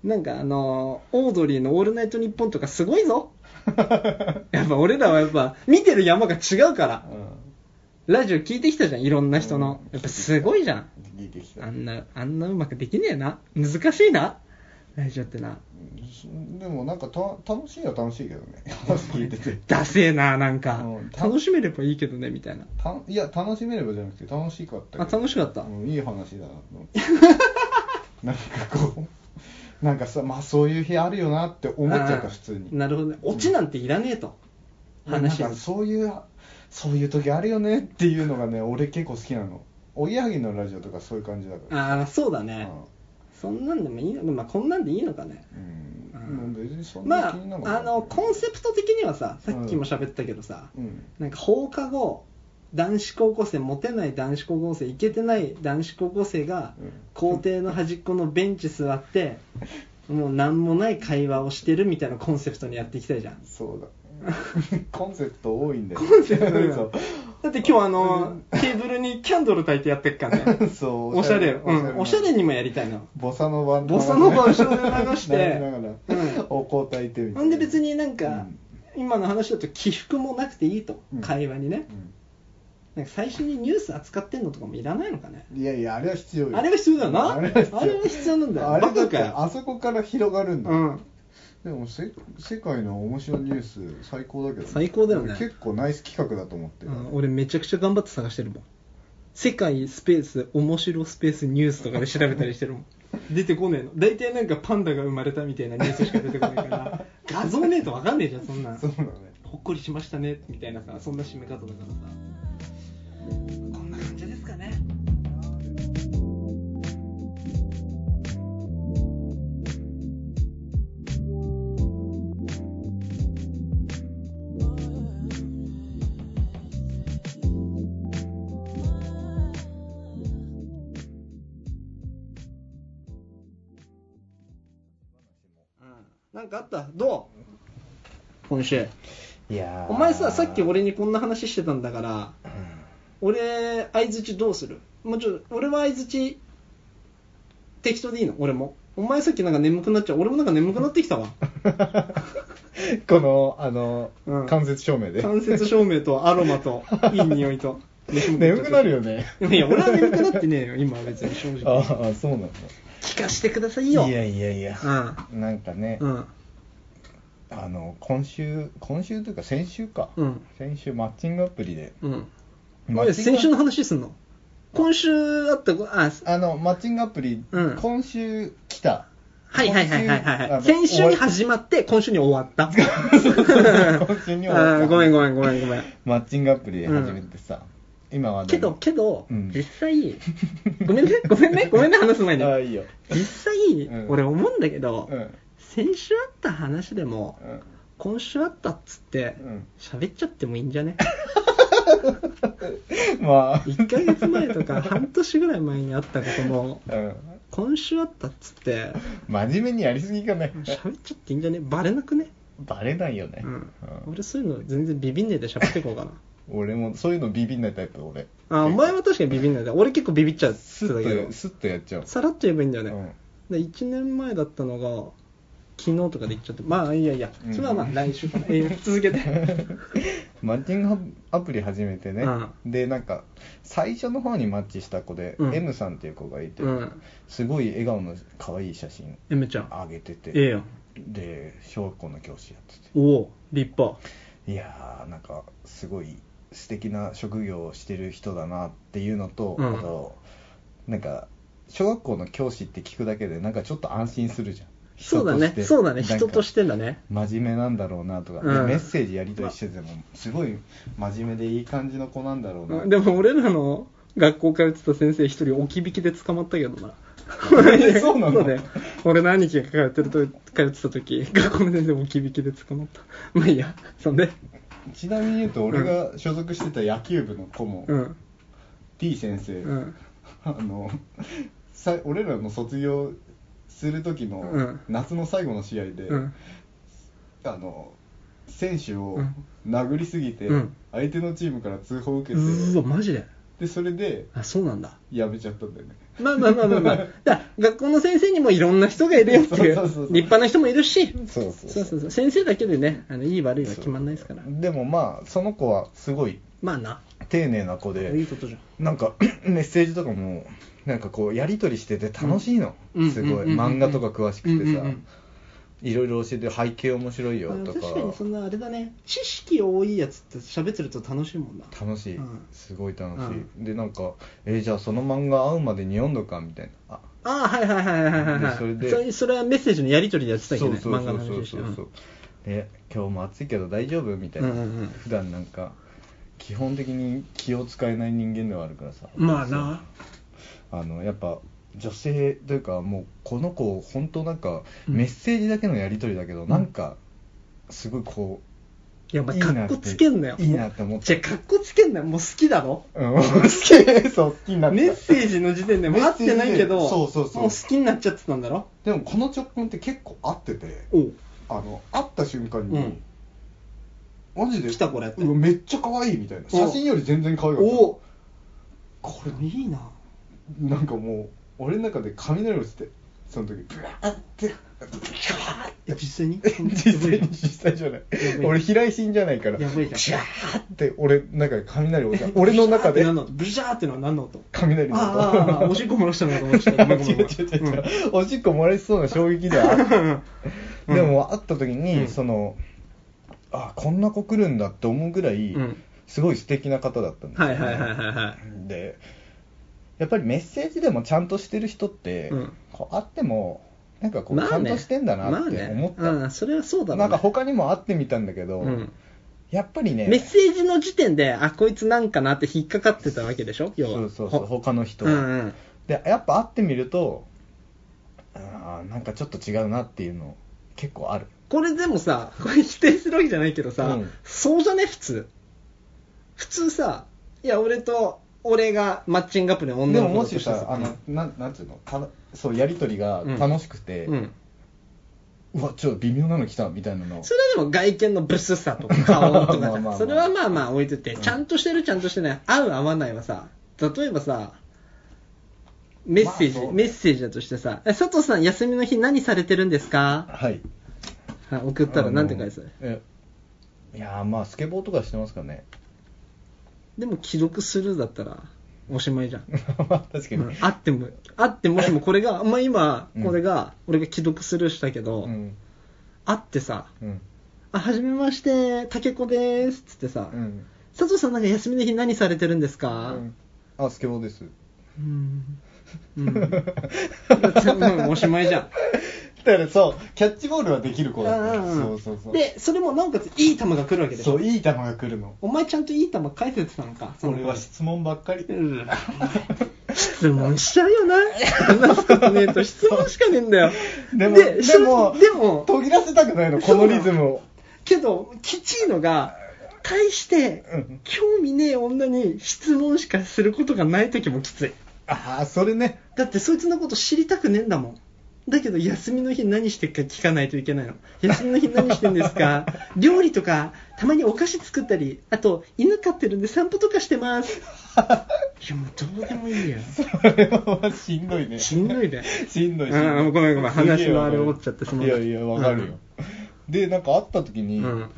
S2: なんかあのーオードリーの「オールナイトニッポン」とかすごいぞ
S1: だね
S2: やっぱ俺らはやっぱ見てる山が違うから
S1: う
S2: ラジオ聞いてきたじゃんいろんな人の
S1: うん
S2: やっぱすごいじゃん
S1: ん聞いてきた
S2: あんな、あんなうまくできねえな。難しいな。ラジオってな。
S1: でもなんかた楽しいは楽しいけどね聞いてて
S2: ダセえな、なんか
S1: うん。た
S2: 楽しめればいいけどね、みたいな。
S1: たいや楽しめればじゃなくて楽しかった
S2: あ、楽しかった。
S1: うんいい話だなと思ってなんかこうなんかさまあそういう日あるよなって思っちゃった
S2: あー
S1: 普通に
S2: なるほどね。オチなんていらねえと。話
S1: なんかそういうそういう時あるよねっていうのがね俺結構好きなのおぎやはぎのラジオとかそういう感じだから
S2: ああ、そうだね。そんなんでもいいのまあ、こんなんでいいのかね。
S1: うん、
S2: うん
S1: うん、別にそん
S2: ま
S1: な
S2: あ
S1: 気にな、る
S2: あの、コンセプト的にはさ、さっきも喋ったけどさ、
S1: うん
S2: なんか放課後、男子高校生、モテない男子高校生、イケてない男子高校生が、校庭の端っこのベンチ座 ってもう何もない会話をしてるみたいなコンセプトにやっていきたいじゃん
S1: そうだ コンセプト多いんだよ
S2: コンセプト多い わ
S1: そう
S2: だって今日あのテーブルにキャンドル焚いてやってっからね
S1: そう
S2: おしゃれうんおしゃれにもやりたいの
S1: ボサノバ
S2: ボサノバを後ろで流し
S1: 流
S2: て
S1: しながら
S2: うん
S1: お交代ってみた
S2: ほ
S1: いなん
S2: で別にな
S1: うん
S2: か、今の話だと起伏もなくていいと、
S1: うん
S2: 会話にね
S1: うん
S2: なんか最初にニュース扱ってんのとかもいらないのかね
S1: いやいやあれは必要よ
S2: あれは必要だよな
S1: あれは必要
S2: あれは必要なんだよ
S1: あれだっ
S2: バカ
S1: て
S2: かよ
S1: あそこから広がるんだ
S2: う
S1: よ
S2: ん
S1: でもせ世界の面白いニュース最高だけど、
S2: 最高だよね
S1: 結構ナイス企画だと思ってる、
S2: うん俺めちゃくちゃ頑張って探してるもん世界スペース面白スペースニュースとかで調べたりしてるもん 出てこねえの大体なんかパンダが生まれたみたいなニュースしか出てこないから 画像ねえと分かんねえじゃんそん なん
S1: そうだね
S2: ほっこりしましたねみたいなさそんな締め方だからさこんな感じですかねなんかあったどう今週。
S3: いやー
S2: お前さ、さっき俺にこんな話してたんだから、俺、相づちどうするもうちょっと、俺は相づち、適当でいいの俺も。お前さっきなんか眠くなっちゃう。俺もなんか眠くなってきたわ。
S1: この、あの、
S2: うん
S1: 間接照明で。
S2: 間接照明とアロ マと、いい匂いと。飯も食っちゃった
S1: 眠くなるよね。
S2: いや、俺は眠くなってねえよ、今は別に正直。
S1: ああ、そうなんだ。
S2: 聞かしてください
S1: い
S2: よ。
S1: やいやいや。なんかね、
S2: うん。うん。
S1: あの、今週、今週というか先週か。
S2: うん
S1: 先週、マッチングアプリで。
S2: うん。
S1: マ
S2: お
S1: ッ
S2: い
S1: チング
S2: 先週の話すんの今週あったご、あ、
S1: あの、マッチングアプリ、
S2: うん
S1: 今週来た。
S2: はいはいはいはいはいはい。
S1: 今
S2: 先
S1: 週
S2: 週に始まって、今週に終 わった。今
S1: 週に終わった
S2: ごめんごめんごめんごめん。
S1: マッチングアプリで始めてさ、今はね
S2: けど、けど、
S1: うん
S2: 実際、ごめんね、 ごめんね、ごめんね、話す前に。
S1: ああ、いいよ。
S2: 実際、
S1: うん
S2: 俺思うんだけど、
S1: うん。
S2: 先週あった話でも、
S1: うん
S2: 今週あったっつって
S1: うん、
S2: 喋、っちゃってもいいんじゃね
S1: まあ、
S2: ?1 ヶ月前 とか半年ぐらい前にあったことも、
S1: うん。
S2: 今週あったっ つって、
S1: 真面目にやりすぎかね。
S2: 喋っちゃっていいんじゃねバレなくね、
S1: バレないよね。
S2: うん
S1: うん
S2: 俺そういうの全然ビビんねえで喋ってこうかな。
S1: 俺も、そういうのビビんないタイプ、俺。
S2: あお前は確かにビビんないで俺結構ビビっちゃうって
S1: ス
S2: だけ
S1: ッ
S2: ど
S1: と、スッとやっちゃう。
S2: さらっと言えばいいんだよね、
S1: うん
S2: で1年前だったのが昨日とかで言っちゃってまあいいやいや
S1: うん
S2: それはまあ来週かな、え ー続けて
S1: マッチングアプリ始めてね、
S2: う
S1: でなんか最初の方にマッチした子で、
S2: うん
S1: M さんっていう子がいて、
S2: うん
S1: すごい笑顔の可愛い写真
S2: M ちゃん
S1: あげてて
S2: ええやん
S1: で小学校の教師やって
S2: おお立派
S1: ていやーなんかすごい素敵な職業をしてる人だなっていうのと、
S2: うん
S1: あとなんか小学校の教師って聞くだけでなんかちょっと安心するじゃん
S2: そうだね
S1: 人として
S2: そうだね
S1: なんか
S2: 人としてだね
S1: 真面目なんだろうなとか、で
S2: うん
S1: メッセージやり取りしててもすごい真面目でいい感じの子なんだろうな
S2: でも俺らの学校通ってた先生一人置き引きで捕まったけどな
S1: え そうなの
S2: だよ俺の兄貴が通ってると通ってた時学校の先生置き引きで捕まったまあいいやそんで
S1: ちなみに言うと俺が所属してた野球部の子も、
S2: うん
S1: T 先生、
S2: うん
S1: あのさ俺らの卒業する時
S2: う
S1: の
S2: ん
S1: 夏の最後の試合で、
S2: うん
S1: あの選手を
S2: うん
S1: 殴りすぎて、
S2: うん
S1: 相手のチームから通報を受けて、
S2: うわマジで
S1: でそれで
S2: あそうなんだ
S1: やめちゃったんだよね
S2: まあまあまあ まあまあ。だから学校の先生にもいろんな人がいるよっていう。
S1: そうそうそうそう
S2: 立派な人もいるし。
S1: そう
S2: そうそうそう。先生だけでね、あのいい悪いは決まんないですから。
S1: でもまあその子はすごい
S2: まあな。
S1: 丁寧な子で
S2: いいことじゃん。
S1: なんか メッセージとかもなんかこうやり取りしてて楽しいの、
S2: うん
S1: すごい、
S2: うんうんうんうん
S1: 漫画とか詳しくてさ、
S2: うんうんうん
S1: いろいろ教えて背景面白いよ
S2: あ
S1: とか
S2: 確かにそんなあれだね。知識多いやつって喋ってると楽しいもんな。
S1: 楽しい、
S2: うん
S1: すごい楽しい、
S2: う
S1: でなんか「えーじゃあその漫画合うまでに読んどか」みたいなあ
S2: ああ、はいはいはいはいはいはい。
S1: でそれで
S2: それはメッセージのやり取りでやってたけどね。
S1: そうそう
S2: 漫
S1: そ
S2: 画
S1: う
S2: の
S1: そ
S2: 話
S1: う
S2: でし
S1: そ
S2: た。うん
S1: うそうで今日も暑いけど大丈夫みたいな、
S2: うんうんうん
S1: 普段なんか基本的に気を使えない人間ではあるからさ
S2: まあな。
S1: あのやっぱ女性というかもうこの子本当なんか
S2: うん
S1: メッセージだけのやり取りだけど、なんかすごいこ
S2: いや、お前、
S1: いいな
S2: か
S1: って
S2: っこつけんなよ。
S1: いいなって思った
S2: じゃあ、かっこつけんなよ。もう好きだろ。
S1: う、うん、 好きそう好きになった
S2: メッセージの時点でもう合ってない
S1: メ
S2: け
S1: ッセージ
S2: ど、
S1: でそうそうそう
S2: もう好きになっちゃってたんだろ。
S1: でもこの直感って結構合ってて
S2: おう。
S1: あの会った瞬間に、
S2: うん
S1: マジで
S2: 来たこれって
S1: うわめっちゃ可愛いみたいな
S2: お
S1: 写真より全然可愛かった
S2: おおこれいいな
S1: なんかもう俺の中で雷落ちてその時ブワーって
S2: え実際 に
S1: 実際に実際じゃない
S2: やばい
S1: 俺平井心じゃないから
S2: やばいじゃん
S1: シャーって俺の中で雷落ちた俺の中で
S2: ブジャーって何の音ブジャーってのは何の音
S1: 雷の音
S2: ああああああおしっこ漏らしたのかと思ってたごめんごめんご
S1: 違う
S2: めん
S1: 違う違う違うおしっこ漏れしそうな衝撃だ
S2: うん
S1: でも会った時に、
S2: うん
S1: そのあこんな子来るんだって思うぐらい、
S2: うん
S1: すごい素敵な方だったんですよ
S2: はいはいはいはいはい
S1: でやっぱりメッセージでもちゃんとしてる人って、
S2: うん
S1: こう会ってもなんかこう、
S2: ま
S1: ち
S2: あ
S1: ゃん
S2: ね
S1: としてんだなって思った、
S2: まあねうんそれはそうだろうね
S1: なんか他にも会ってみたんだけど、
S2: うん
S1: やっぱりね
S2: メッセージの時点であこいつなんかなって引っかかってたわけでしょ要は
S1: そうそうそう
S2: ほ
S1: 他の人
S2: う
S1: は、
S2: んうん
S1: でやっぱ会ってみるとあーなんかちょっと違うなっていうの結構ある
S2: これでもさこれ否定するわけじゃないけどさ、
S1: うん
S2: そうじゃね普通普通さいや俺と俺がマッチングアップリの
S1: で
S2: 女の
S1: もも
S2: 子だと
S1: し
S2: したら
S1: さあのななんていうのたそうやり取りが楽しくて、
S2: うん
S1: うわちょっと微妙なの来たみたいなの
S2: それはでも外見のブスさとか顔 と
S1: まあまあ
S2: か
S1: ま
S2: さ
S1: あ
S2: それはまあまあ置いてて
S1: うん
S2: ちゃんとしてるちゃんとしてない合う合わないはさ例えばさメッセージ、
S1: まあそう
S2: メッセージだとしてさえ佐藤さん休みの日何されてるんですか
S1: はい
S2: あ送ったらなんて返す、
S1: あのえいやーまあスケボーとかしてますかね
S2: でも既読スルーだったらおしまいじゃん
S1: まあ確かに、
S2: うんあってもあってもしもこれが、まあ、今
S1: うん
S2: これが、俺が既読スルーしたけど、
S1: うん
S2: あってさ
S1: うん
S2: 「あはじめまして竹子です」っつってさ、
S1: うん
S2: 佐藤さんなんか休みの日何されてるんですか、
S1: うんあスケボー です
S2: うん うん、だってもうおしまいじゃん
S1: だからそうキャッチボールはできる子だった、
S2: うんうん
S1: そううんそうそう
S2: でそれもなおかついい球が来るわけでし
S1: そ
S2: ょ
S1: ういい球が来るの
S2: お前ちゃんといい球返せてたのかその
S1: 俺は質問ばっかり
S2: うん質問しちゃうよな話すことねえと質問しかねえんだよ
S1: でも
S2: で
S1: でも
S2: でも
S1: 途切らせたくないのこのリズムを
S2: けどきちいのが対して
S1: うん
S2: 興味ねえ女に質問しかすることがない時もきつい
S1: ああそれね
S2: だってそいつのこと知りたくねえんだもんだけど休みの日何してるか聞かないといけないの休みの日何してんです か料理とかたまにお菓子作ったりあと犬飼ってるんで散歩とかしてま すいやもうどうでもいいよ
S1: それはしんどいね
S2: しんどいね
S1: しんどいし
S2: あーごめんごめん
S1: すげえ
S2: 話のあれ
S1: わかる
S2: 折っちゃってすまん
S1: いやいやわかるよ、でなんか会った時
S2: う
S1: に、
S2: ん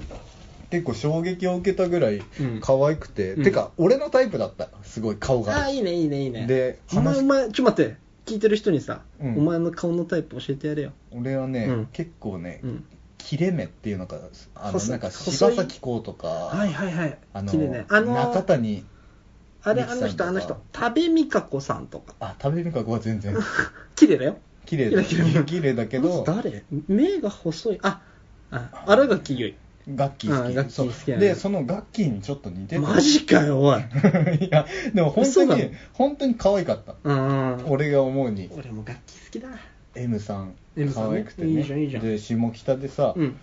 S1: 結構衝撃を受けたぐらい
S2: うん
S1: 可愛くて、
S2: うん
S1: てか俺のタイプだったすごい顔
S2: あ
S1: が
S2: あいいねいいねいいね
S1: で
S2: お前
S1: 話
S2: お前ちょっと待って聞いてる人にさ、
S1: うん
S2: お前の顔のタイプ教えてやれよ、
S1: 俺はね、
S2: うん
S1: 結構ね、
S2: うん、
S1: 切れ目っていうのかあの
S2: 細い
S1: なんか
S2: 細い
S1: 柴咲コウとか、
S2: はいはいはい
S1: あの
S2: 綺麗ねあの
S1: 中谷
S2: あれ
S1: ミキ
S2: あ
S1: さん
S2: の人
S1: とか
S2: あの人多部未華子さんとか
S1: あ食べるかごは全然
S2: 綺麗だよ
S1: 綺麗だ
S2: 綺麗だ
S1: 綺麗だけ ど
S2: 誰目が細いああ荒垣結
S1: 楽器好
S2: あ
S1: き
S2: ガッキー
S1: そう
S2: 好きやね
S1: でその楽器にちょっと似て
S2: 衣
S1: た
S2: マジかよおい
S1: いやでも本当
S2: 嘘だ
S1: に本当に可愛かった
S2: うん俺
S1: 俺が思うに
S2: も楽器好きだ
S1: M さん
S2: M さん
S1: 可
S2: ね
S1: 愛くてね
S2: いいじゃんいいじゃん
S1: で下北でさ、
S2: うん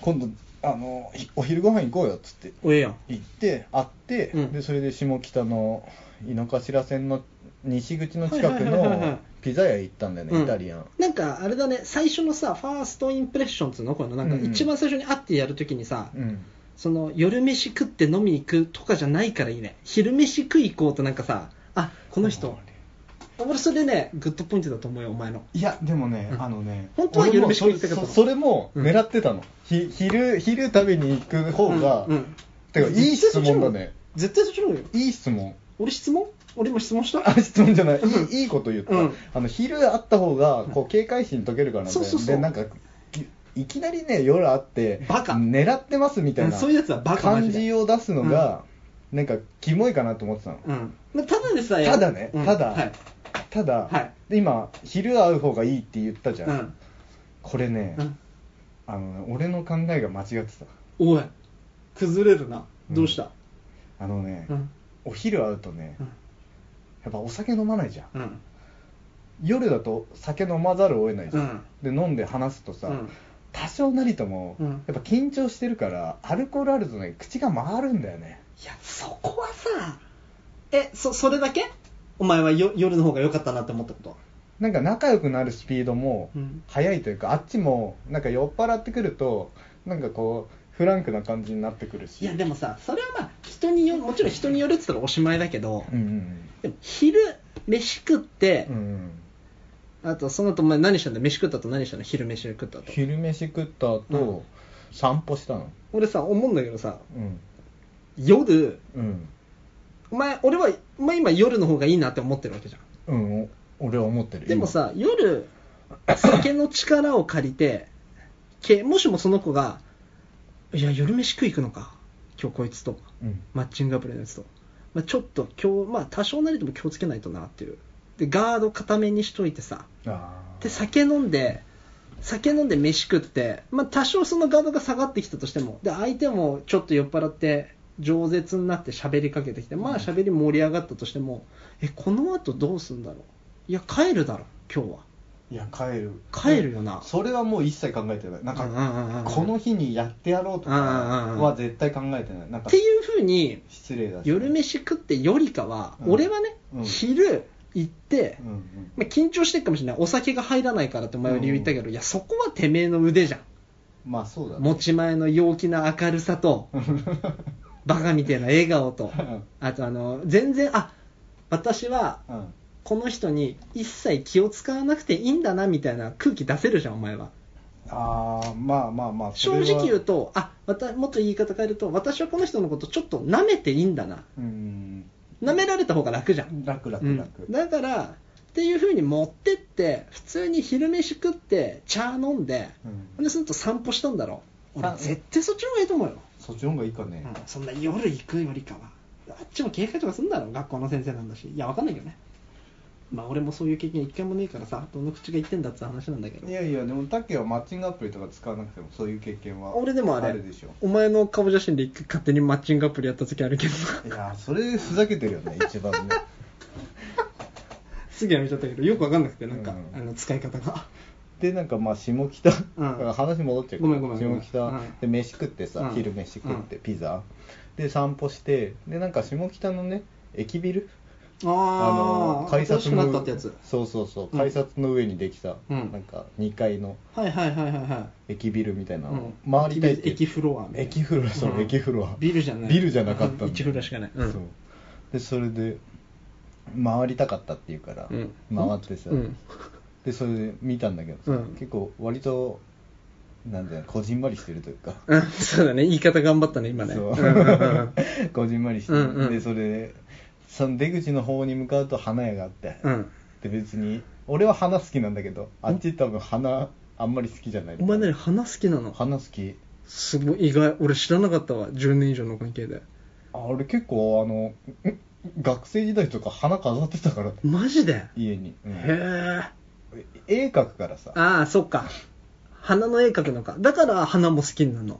S1: 今度あのひお昼ご飯行こうよっつって
S2: おええやん
S1: 行って会って、
S2: うん
S1: でそれで下北の井の頭線の西口の近く
S2: はいはいはいはいはい
S1: のピザ屋行ったんだよね、
S2: うん
S1: イタリアン
S2: なんかあれだね最初のさファーストインプレッションっつうのこういうのなん
S1: うん
S2: か
S1: うん
S2: 一番最初に会ってやるときにさ、
S1: うん
S2: その夜飯食って飲みに行くとかじゃないからいいね昼飯食い行こうとなんかさあこの人俺それねグッドポイントだと思うよお前の
S1: いやでもね、
S2: うん
S1: あのね
S2: 本当は
S1: 俺も
S2: 夜飯食い行きたかったの
S1: そそそれも狙ってたの、ひ昼昼食べに行く方が、
S2: うんうん
S1: てかいい質問だね
S2: 絶対そっちの方がいいよ
S1: いい質問
S2: 俺質問俺も質問した
S1: あ質問じゃないいいいいこと言った、
S2: うん
S1: あの昼あった方がこう警戒心解けるからね
S2: そうそうそう
S1: でなんかきいきなりね夜あって
S2: バカ
S1: 狙ってますみたいな
S2: そういうやつはバカマ
S1: 感
S2: ジで
S1: じを出すのが、なんかキモいかなと思ってたの、
S2: うんまあ、ただでさえ
S1: ただね、
S2: うん
S1: ただ、
S2: はい
S1: ただ、
S2: はい
S1: で今昼会う方がいいって言ったじゃん、
S2: うん
S1: これね、
S2: うん
S1: あのね俺の考えが間違ってた
S2: おい崩れるな
S1: うん
S2: どうした
S1: あのね、
S2: うん
S1: お昼会うとね、
S2: うん
S1: やっぱお酒飲まないじゃん、
S2: うん
S1: 夜だと酒飲まざるを得ないじゃ、
S2: うん
S1: で飲んで話すとさ、
S2: うん
S1: 多少なりとも、
S2: うん
S1: やっぱ緊張してるからアルコールあるとね口が回るんだよね
S2: いやそこはさえそそれだけお前はよ夜の方が良かったなって思ったこと
S1: なんか仲良くなるスピードも
S2: うん
S1: 速いというか、あっちもなんか酔っ払ってくるとなんかこうフランクな感じになってくるし
S2: いやでもさそれはまあ人によもちろん人によるって言ったらおしまいだけど、
S1: うん
S2: でも昼飯食って
S1: うんうん、う、ん、
S2: あとその後お前何したんだ飯食った後何したの昼飯食った後
S1: 昼飯食った後、
S2: うん
S1: 散歩したの
S2: 俺さ思うんだけどさ
S1: うん
S2: 夜
S1: うん
S2: お前俺はお前今夜の方がいいなって思ってるわけじゃん
S1: うんお俺は思ってる
S2: でもさ、夜、酒の力を借りて、けもしもその子が、いや、夜飯食い行くのか、今日こいつと、
S1: 今うん
S2: マッチングアプリのやつと、まあ、ちょっと今日、まあ、多少なりとも気をつけないとなっていう、でガード固めにしといてさ、
S1: あー
S2: で酒飲んで、酒飲んで飯食って、まあ、多少そのガードが下がってきたとしても、で相手もちょっと酔っ払って、饒舌になって喋りかけてきて、まあ喋り盛り上がったとしても、え、この後どうすんだろう、いや、帰るだろ、今日は。
S1: いや帰る
S2: 帰るよな
S1: それはもう一切考えてないなんか、こ
S2: こ
S1: の日にやってやろうとか
S2: うんうんうん
S1: は絶対考えてないなん
S2: っ
S1: か
S2: ていうふうに
S1: 失礼だし
S2: 夜飯食ってよりかは、
S1: うん
S2: 俺はね、
S1: うん
S2: 昼行って、
S1: うんうん
S2: まあ、緊張してるかもしれないお酒が入らないからってお前は理由言ったけど、いやそこはてめえの腕じゃん
S1: まあそうだね
S2: 持ち前の陽気な明るさとバカみたいな笑顔と
S1: うん
S2: あとあの全然あ私は
S1: うん
S2: この人に一切気を使わなくていいんだなみたいな空気出せるじゃんお前は
S1: ああまあまあまあ
S2: 正直言う、とあまたもっと言い方変えると私はこの人のことちょっと舐めていいんだな
S1: それはうん、
S2: 舐められた方が楽じゃん
S1: 楽楽
S2: うん
S1: 楽、
S2: だからっていう風に持ってって普通に昼飯食って茶飲んで
S1: うん
S2: ほんでその後散歩したんだろ俺
S1: さ
S2: 絶対そっちの方がいいと思うよ、
S1: そっちの方がいいかね、
S2: うんそんな夜行くよりかはあっちも警戒とかすんだろ学校の先生なんだしいやわかんないけどねまあ俺もそういう経験一回もねえからさどの口が言ってんだって話なんだけど
S1: いやいやでもタケはマッチングアプリとか使わなくてもそういう経験は
S2: 俺でもあれ
S1: るでしょ
S2: お前の顔写真で一回勝手にマッチングアプリやった時あるけど
S1: いやそれふざけてるよね一番ね
S2: すぐやめちゃったけどよくわかんなくてなんか、
S1: うん
S2: あの使い方が
S1: でなんかまあ下北、
S2: ん
S1: 話戻っちゃうけど
S2: ごめんごめんごめん
S1: 下北、
S2: うん
S1: で飯食ってさ、
S2: うん
S1: 昼飯食って、ピザで散歩してでなんか下北のね駅ビル
S2: ああ
S1: の
S2: 新しくなったってやつ
S1: そうそうそう
S2: うん
S1: 改札の上にできた、
S2: うん
S1: なんか2階の
S2: はいはいはいはいは
S1: 駅ビルみたい
S2: い、
S1: な
S2: う
S1: の
S2: ん、、
S1: 回りたいっていう
S2: 駅フロアみたいな
S1: 駅フロアそうの
S2: ん
S1: 駅フロア
S2: ビルじゃない
S1: ビルじゃなかったんだ
S2: 1フロアしかない、うん、
S1: そうでそれで回りたかったっていうから、
S2: うん
S1: 回ってさ、
S2: うん
S1: でそれで見たんだけどさ、
S2: うん
S1: 結構割となんだよこじんまりしてるというか、
S2: うんそうだね言い方頑張ったね今ね
S1: そう
S2: うんうんうん
S1: こじんまりしてる、
S2: うんうん
S1: でそれでその出口の方に向かうと花屋があって、
S2: うん
S1: で別に俺は花好きなんだけどあっち多分花あんまり好きじゃない
S2: お前何花好きなの
S1: 花好き
S2: すごい意外俺知らなかったわ10年以上の関係で
S1: あ俺結構あのん学生時代とか花飾ってたから
S2: マジで、
S1: 家に、うん
S2: へえ
S1: 絵描くからさ
S2: ああそっか花の絵描くのかだから花も好きなの、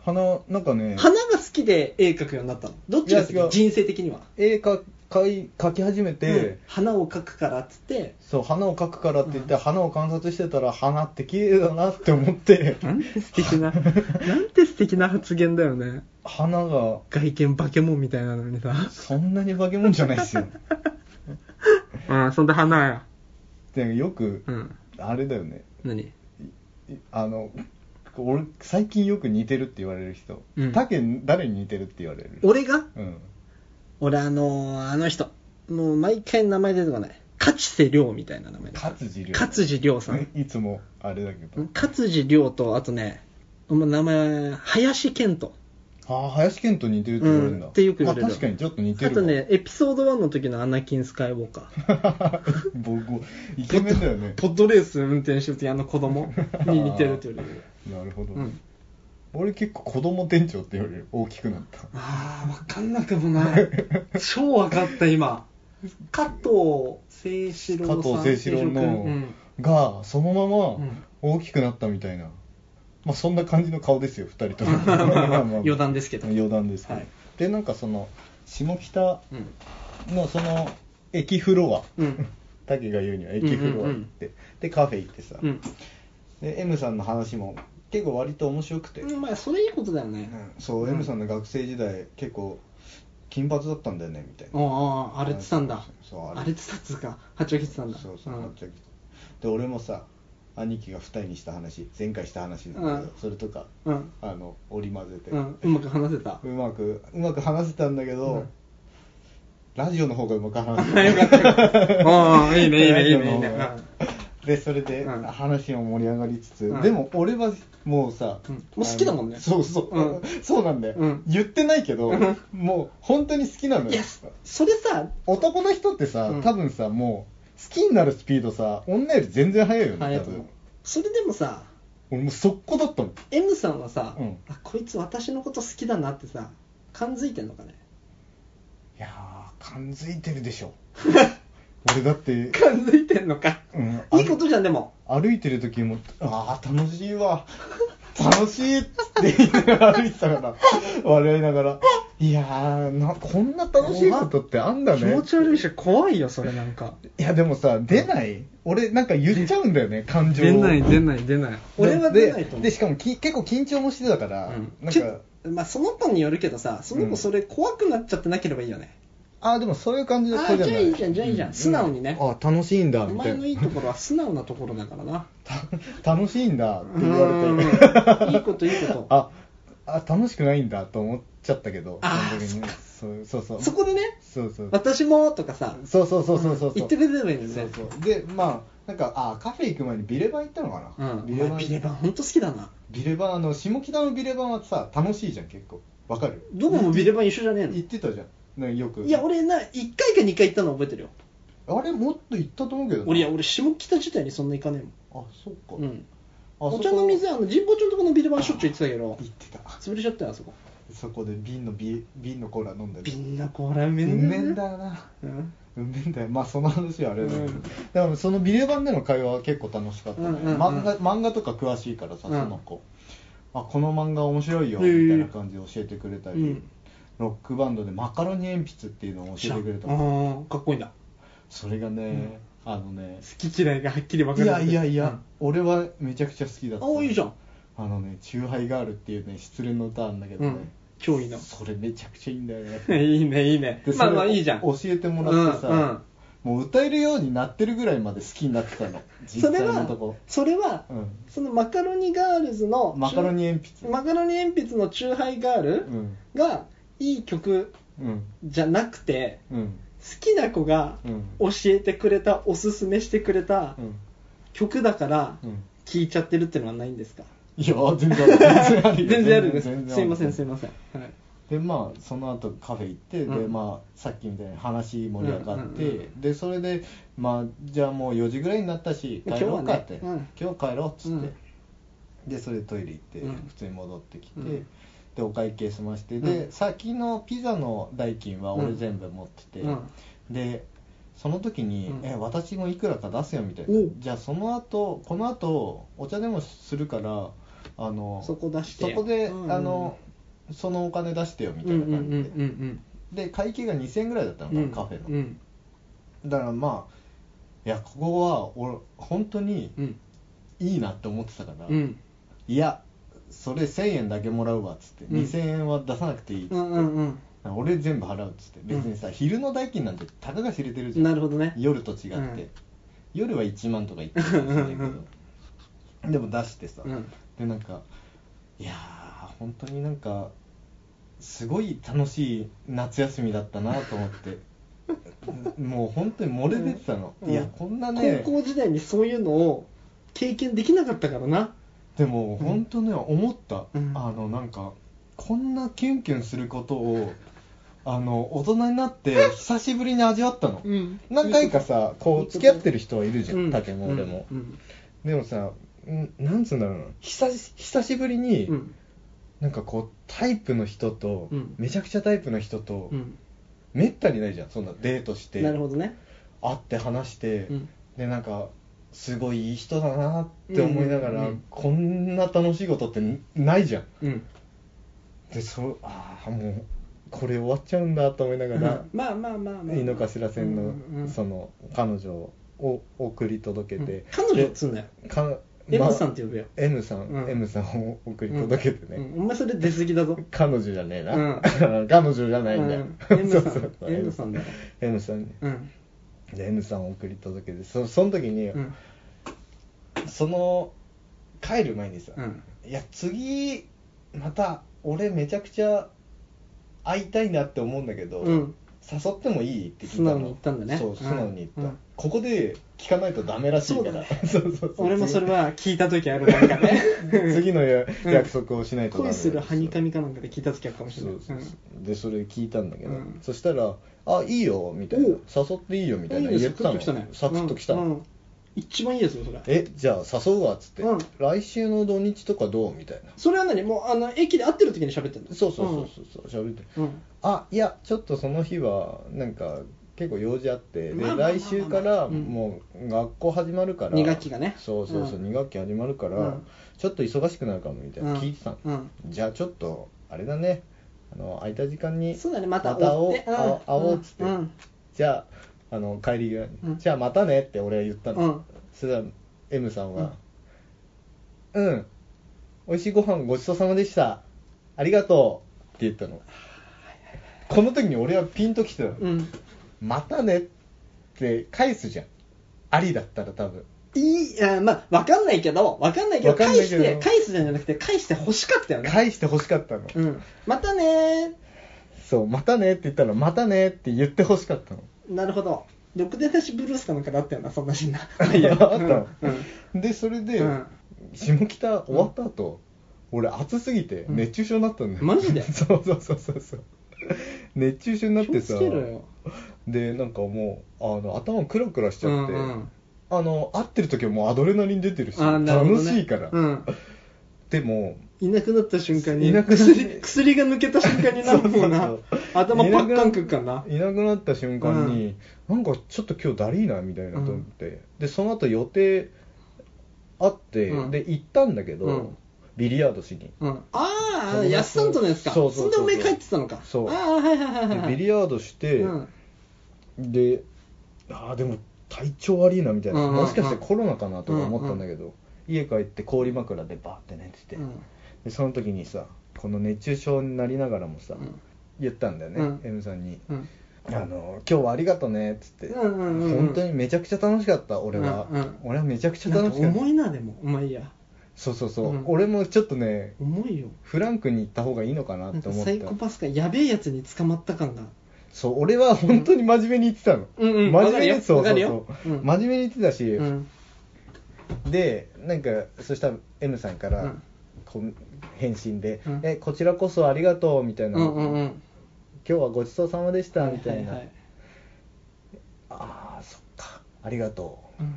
S1: 花なんかね
S2: 花が好きで絵描くようになったのどっちが好
S1: いや違
S2: き
S1: う
S2: 人生的には
S1: 絵描い描き始めて、
S2: うん花を描くからっつって
S1: そう花を描くからって言って、花を観察してたら花って綺麗だなって思って
S2: なんて素敵な なんて素敵な発言だよね
S1: 花が
S2: 外見化け物みたいなのに さ
S1: そんなに化け物じゃないですよ
S2: うんそんで花や
S1: でよく、
S2: うん
S1: あれだよね
S2: 何
S1: いあの俺最近よく似てるって言われる人、
S2: うん
S1: タケ誰に似てるって言われる
S2: 俺が
S1: うん
S2: 俺あのーあの人もう毎回名前出てこない勝瀬亮みたいな名前だ
S1: 勝地涼
S2: 勝地涼さん
S1: いつもあれだけど、
S2: 勝地涼とあとねお前名前林健人
S1: ああ林健と似てるって言われるんだ、
S2: うんってよく言われる
S1: あ確かにちょっと似て
S2: あ
S1: る
S2: と
S1: わ
S2: ねエピソード1の時のアナキン・スカイウォーカー
S1: 僕イケメンだよね
S2: ポッドレース運転してる時あの子供に似てるって言われる
S1: なるほど、
S2: うん
S1: 俺結構子供店長って言われる大きくなった
S2: ああ分かんなくもない超分かった今加藤清志郎さ
S1: 加
S2: ん
S1: 藤清志郎
S2: 清
S1: の、
S2: 君うん
S1: がその
S2: う
S1: まま
S2: ん
S1: 大きくなったみたいな、まあそんな感じの顔ですよ2人とも
S2: 余談ですけど
S1: 余談ですけど、
S2: はい
S1: でなんかその下北
S2: うん
S1: のその駅フロア、
S2: うん
S1: 竹が言うには駅フロア行って、でカフェ行ってさ、
S2: うん
S1: で M さんの話も結構割と面白くて、
S2: うんまあそれいいことだよね
S1: うんそう、M さんの学生時代結構金髪だったんだよねみたいな
S2: ああ荒れてたんだ
S1: そう荒
S2: 荒
S1: れ
S2: れてたっつうか八王子ってたんだ
S1: そうそう、
S2: ん
S1: はっちゃけで俺もさ兄貴が二重にした話前回した話なんだけど、
S2: うん
S1: それとか
S2: うん
S1: あの織り交ぜて、
S2: うんうまく話せた
S1: うまくうまく話せたんだけど、
S2: うん
S1: ラジオの方がうまく話せ
S2: あ
S1: た
S2: よかったああいいねいいねいいねいいね
S1: ラジオの方がでそれで
S2: うん
S1: 話も盛り上がりつつ、
S2: うん
S1: でも俺はもうさ、
S2: うんもう好きだもんね
S1: あのそうそう、
S2: う
S1: そうなんだよ、
S2: うん
S1: 言ってないけど、
S2: うん
S1: もう本当に好きなの
S2: うん
S1: よ
S2: いやそれさ
S1: 男の人ってさ、
S2: うん
S1: 多分さもう好きになるスピードさ女より全然速いよね
S2: ありが
S1: 多
S2: とう
S1: 分
S2: それでもさ
S1: 俺もう速攻だったもん
S2: M さんはさ、
S1: うん
S2: あこいつ私のこと好きだなってさ感づいてんのかね
S1: いやー感づいてるでし ょ俺だって、
S2: 感づいてんのか
S1: うん、
S2: いいことじゃんでも
S1: あ歩いてる時もああ楽しいわ楽しいっつって言いながら歩いてたから笑いながらいやーなこんな楽しいことってあんだ
S2: 気
S1: ね
S2: 持ち悪いし怖いよそれなんか
S1: いやでもさ出ない俺なんか言っちゃうんだよね感情を
S2: ない出ない俺は出ないと思う
S1: ででしかもき結構緊張もしてたから、
S2: うん
S1: なん
S2: ち
S1: か
S2: ょまあ、その子によるけどさその
S1: う
S2: 子
S1: ん
S2: それ怖くなっちゃってなければいいよね、
S1: あでもそういう感じで
S2: あ
S1: こ
S2: あ
S1: れ
S2: じ
S1: じ
S2: ゃ
S1: ゃ
S2: あ
S1: ない
S2: いいじゃんじゃあいいじゃん、素直にね、
S1: あ楽しいんだ
S2: お
S1: みた
S2: 前
S1: い
S2: の
S1: ない
S2: いところは素直なところだからな
S1: 楽しいんだって言われ
S2: うん
S1: て
S2: いいこといいこと
S1: ああ楽しくないんだと思っちゃったけど
S2: あー
S1: その時にそうそうそう
S2: そこでね
S1: そうそう
S2: 私もとかさ
S1: そうそうそうそうそうそうん
S2: 言ってくれればいいのにね
S1: そうそうでまあなんかあカフェ行く前にビレバン行ったのかな、
S2: うん、ビレバンビレバン本当好きだな
S1: ビレバンあの下北のビレバンはさ楽しいじゃん結構わかる
S2: どこもビレバン一緒じゃねえの
S1: 行ってたじゃんなんかよく
S2: いや俺な1回か2回行ったの覚えてるよ
S1: あれもっと行ったと思うけどな
S2: 俺いや俺下北自体にそんな行かね
S1: あそっ
S2: え
S1: か、
S2: もん、うん、
S1: あそこ
S2: お茶の水あの神保町のとこのビレバンしょっちゅう行ってたけど
S1: 行ってた
S2: 潰れちゃったよあそこ
S1: そこで瓶のビ瓶のコーラ飲んだり
S2: みんなこれめ
S1: うんめんだよな
S2: うん
S1: うんめんだよまあその話はあれだけど、
S2: うん
S1: でもそのビレバンでの会話は結構楽しかったね、
S2: うんうんうん
S1: 漫画漫画とか詳しいからさ、
S2: うん
S1: その子あこの漫画面白いよ
S2: へえ
S1: みたいな感じで教えてくれたり、
S2: うん
S1: ロックバンドでマカロニ鉛筆っていうのを
S2: 知
S1: 教え
S2: らん
S1: てくれた
S2: あ
S1: の
S2: ーかっこいいんだ
S1: それがね、あのね
S2: 好き嫌いがはっきり分
S1: い
S2: かる
S1: やいやいや、俺はめちゃくちゃ好きだった
S2: ああいいじゃん
S1: あのね「チューハイガール」っていうね失恋の歌なんだけど
S2: う
S1: ね、
S2: ん超いいな
S1: それめちゃくちゃいいんだよ ね
S2: いいねいいね
S1: でそ
S2: ま
S1: れ
S2: あまあいいじゃん
S1: 教えてもらってさ、
S2: うんうん
S1: もう歌えるようになってるぐらいまで好きになってたの
S2: そ
S1: 実
S2: れ
S1: 際
S2: は
S1: のとこ
S2: それは、
S1: うん
S2: そのマカロニガールズの
S1: マカロニ鉛筆
S2: マカロニ鉛筆のチューハイガール
S1: うん
S2: がいい曲
S1: うん
S2: じゃなくて
S1: うん
S2: 好きな子が
S1: うん
S2: 教えてくれたおすすめしてくれた
S1: うん
S2: 曲だから
S1: うん
S2: 聴いちゃってるってのはないんですか
S1: いや全然ある全然ある
S2: 全
S1: よ
S2: 然あるんです
S1: 全然ある
S2: すいませんすいません、はい、
S1: でまあその後カフェ行って、
S2: うん
S1: でまあさっきみたいに話盛り上がって、
S2: うんうんうん
S1: でそれでまあじゃあもう4時ぐらいになったし
S2: 今
S1: 帰
S2: 日はね
S1: ろうかって、
S2: うん
S1: 今日帰ろうっつって、
S2: うん
S1: でそれでトイレ行って、
S2: うん
S1: 普通に戻ってきて、
S2: うん
S1: でお会計済まして、
S2: う
S1: で
S2: ん
S1: 先のピザの代金は
S2: う
S1: 俺
S2: ん
S1: 全部持ってて、
S2: うん
S1: でその時に、
S2: うん
S1: え私もいくらか出すよみたい
S2: おう
S1: なじゃあその後この後お茶でもするからあの
S2: そこ出して
S1: そこで、
S2: うん
S1: あのそのお金出してよみ
S2: うん
S1: た
S2: う
S1: い
S2: ん
S1: な感じで、
S2: うん
S1: で会計が2000円ぐらいだったの
S2: う
S1: かな、
S2: ん
S1: カフェの、
S2: うん
S1: だからまあいやここは俺本当に
S2: うん
S1: いいなって思ってたから、
S2: うん
S1: いやそれ1000円だけもらうわっつって、
S2: うん
S1: 2000円は出さなくていいっつって、
S2: うんうん
S1: 俺全部払うっつって別にさ、昼の代金なんてたかが知れてる
S2: う
S1: じ
S2: ん
S1: ゃん
S2: なるほどね
S1: 夜と違って、
S2: うん
S1: 夜は1万とか言ってたかもしれないけ
S2: うんう
S1: どでも出してさ、
S2: うん
S1: でなんかいやー本当になんかすごい楽しい夏休みだったなと思って もう本当に漏れ出てたの、
S2: うん
S1: いやこんなね
S2: 高校時代にそういうのを経験できなかったからな
S1: でも本当ね思った、
S2: うん
S1: あのなんかこんなキュンキュンすることをあの大人になって久しぶりに味わったの、
S2: うん
S1: 何回かさこう付き合ってる人はいるじゃ
S2: うん
S1: ん竹も俺も、
S2: うん
S1: でもさんなんつうんだろうな久し久しぶりに、
S2: うん
S1: なんかこうタイプの人と、
S2: うん
S1: めちゃくちゃタイプの人と、
S2: うん
S1: めったにないじゃんそんなデートして
S2: なるほどね
S1: 会って話して、
S2: うん
S1: でなんかすごいいい人だなって思いながら、
S2: うんうんうん
S1: こんな楽しいことってないじゃん
S2: うん
S1: でそうああもうこれ終わっちゃうんだと思いながら
S2: まあまあまあまあまあ
S1: 井の頭線
S2: う
S1: の
S2: んうんうん
S1: その彼女を送り届け
S2: うん
S1: て、
S2: 彼女っつうんだよ
S1: でか、
S2: M さんって呼ぶよ
S1: M さん、
S2: うん
S1: M さんを送り届けてね、
S2: うんうんお前それ出過ぎだぞ
S1: 彼女じゃねえな、
S2: う
S1: 彼女じゃないんだよ、
S2: うん M さん
S1: そうそうそう
S2: M さんだよ
S1: M さんね
S2: うん
S1: で M さんを送り届けてそその時に、
S2: うん
S1: その帰る前にさ、
S2: うん
S1: いや次また俺めちゃくちゃ会いたいなって思うんだけど、
S2: うん
S1: 誘ってもいいって聞いた
S2: 素
S1: の
S2: 直に言ったんだね
S1: そう素直に言った、
S2: うん
S1: ここで聞かないとダメらしいから そうそうそう
S2: 俺もそれは聞いた時あるなんかね
S1: 次のや
S2: うん
S1: 約束をしないとダメ
S2: 恋するはにか
S1: み
S2: みかなんかで聞いた時あるかもしれ
S1: そ
S2: ないう
S1: そう
S2: うん
S1: そうでそれ聞いたんだけど、
S2: うん
S1: そしたら「あいいよ」みたいな
S2: お
S1: 「誘っていいよ」みたいな
S2: ね
S1: 言ってたの
S2: サ
S1: サ
S2: ク
S1: ク
S2: ッ
S1: ッ
S2: と
S1: と
S2: 来
S1: 来
S2: た
S1: た
S2: ね
S1: の、
S2: うんうん一番いいですよそれ
S1: えじゃあ誘うわっつって、
S2: うん
S1: 来週の土日とかどうみたいな
S2: それは何もうあの駅で会ってる時に喋ってんの
S1: そうそうそうそうそう喋って、
S2: うんうん
S1: あいやちょっとその日はなんか結構用事あってで、
S2: まあまあまあまあ
S1: 来週から
S2: うん
S1: もう学校始まるから、
S2: 二学期がね
S1: そうそうそう、
S2: うん
S1: 二学期始まるから、
S2: うん
S1: ちょっと忙しくなるかもみたいな、
S2: うん
S1: 聞いてたの、
S2: うん
S1: じゃあちょっとあれだねあの空いた時間に
S2: そうだねまた
S1: 会おう
S2: ね
S1: 会おう会おうっつって、
S2: うんうん
S1: じゃああの帰り際に、
S2: うん
S1: じゃあまたねって俺は言ったの、
S2: うん
S1: そしたら M さん
S2: うん
S1: は「うん、美味しいご飯ごちそうさまでしたありがとう」って言ったのこの時に俺はピンときてたの、
S2: うん。
S1: またねって返すじゃんありだったら多分
S2: いい、あーまあ、わかんないけど、わかんないけど、
S1: わかん
S2: 返
S1: ない
S2: し
S1: けど
S2: て、返すじゃなくて、返して欲しかったよね。
S1: 返して欲しかったの、
S2: うん。またね
S1: そうまたねって言ったらまたねって言って欲しかったの
S2: ー。なるほど。ろくでなしブルースかなんかだったよな、そんなシー ンな。
S1: あ
S2: いいや
S1: ったの
S2: うんうん。
S1: でそれで、
S2: うん
S1: 下北終わった後、俺暑すぎて
S2: うん
S1: 熱中症になったんだよ、
S2: マジ で
S1: そうそうそうそうそう熱中症になって
S2: 気
S1: さ
S2: をつけろよ
S1: でなんかもうあの頭クラクラしちゃって、
S2: うんうん
S1: あの会ってる時はもうアドレナリン出てるし、
S2: あーなるほど
S1: 楽
S2: ね
S1: しいから、
S2: うん
S1: でも
S2: いなくなった瞬間に
S1: いなくなっ
S2: 薬薬が抜けた瞬間になるもんな
S1: そうそうそう
S2: 頭パッカンくっかんない
S1: なくなった瞬間に、なんかちょっと今日だりいなみたいなと思って、でその後予定あって、
S2: うん
S1: で行ったんだけど、
S2: うん
S1: ビリヤードしに、
S2: うん、ああ
S1: 友達と
S2: やっさんとのやつか
S1: そうそうそうそう
S2: そんでお前帰ってたのか
S1: そう
S2: ああはいはいはい
S1: で
S2: はい
S1: ビリヤードして、
S2: うん
S1: でああでも体調悪いなみたいな、
S2: うんうんうん
S1: もしかしてコロナかなとか思ったんだけど、家帰って氷枕でバーって寝てて、
S2: うん
S1: でその時にさこの熱中症になりながらもさ、
S2: うん
S1: 言ったんだよね、
S2: うん
S1: M さんに、
S2: うん
S1: あの「今日はありがとね」っつって、
S2: うんうんうんうん
S1: 本当にめちゃくちゃ楽しかった俺は、
S2: うんうん
S1: 俺はめちゃくちゃ
S2: な
S1: 楽
S2: ん
S1: し
S2: か
S1: かった
S2: 重いなでもまあいいや
S1: そうそうそう、
S2: うん
S1: 俺もちょっとね
S2: 重いよ
S1: フランクに行った方がいいのかな
S2: な
S1: っ
S2: ん
S1: て
S2: か
S1: 思っ
S2: サ
S1: た
S2: イコパスかやべえやつに捕まった感が
S1: そう俺は本当に真面目に言ってたの、
S2: うんう
S1: 真面目
S2: んわかるよ
S1: にそう
S2: わか
S1: そう
S2: る
S1: そ
S2: よ
S1: う、
S2: うん
S1: 真面目に言ってたし、
S2: うん
S1: でなんかそしたら M さんから、
S2: うん
S1: こう返信で、
S2: うん
S1: え「こちらこそありがとう」みた
S2: う
S1: い
S2: ん
S1: な、
S2: うんう
S1: 今
S2: ん
S1: 日はごちそうさまでした」みたいな、
S2: ははは
S1: ああそっかありがと
S2: うん
S1: う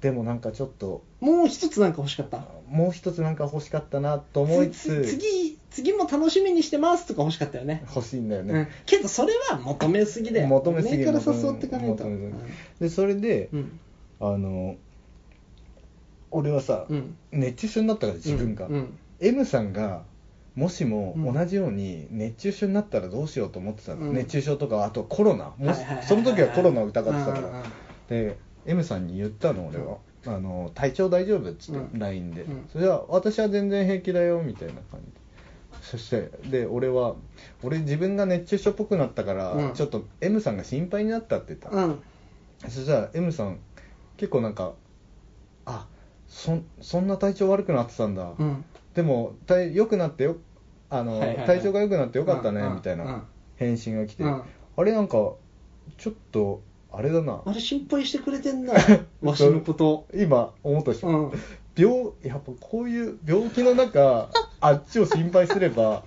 S1: でもなんかちょっと
S2: もう一つなんか欲しかった
S1: もう一つなんか欲しかったなと思いつ
S2: つ 次次も楽しみにしてますとか欲しかったよね
S1: 欲しいんだよ
S2: うん
S1: ね、、
S2: けどそれは求めすぎだよ
S1: 求めすぎ
S2: 目から誘っていかないと
S1: 求めすぎ
S2: うん
S1: でそれで、
S2: うん
S1: あの俺はさ、
S2: うん
S1: 熱中症になったから自分が、
S2: うんうん
S1: M さんがもしも
S2: うん
S1: 同じように熱中症になったらどうしようと思ってたの、
S2: うん
S1: 熱中症とかあとコロナもし
S2: はいはいはいはい
S1: その時はコロナを疑ってたか
S2: うんうんう
S1: ら
S2: ん
S1: で M さんに言ったの俺は、あの体調大丈夫っつって、
S2: うん
S1: LINE で、
S2: うん
S1: それは私は全然平気だよみたいな感じでそしてで俺は俺自分が熱中症っぽくなったから、
S2: うん
S1: ちょっと M さんが心配になったって言ったの、
S2: うん
S1: そしたら M さん結構なんかあそそんな体調悪くなってたんだ、
S2: うん
S1: でも体良くなってよあの、
S2: はいはいはい
S1: 体調が良くなってよかったね、
S2: うん
S1: みたい
S2: うん
S1: な返信が来て、
S2: うん
S1: あれなんかちょっとあれだな
S2: あれ心配してくれてん なわしのこと
S1: 今思ったし、
S2: うん
S1: 病やっぱこういう病気の 中あっちを心配すれば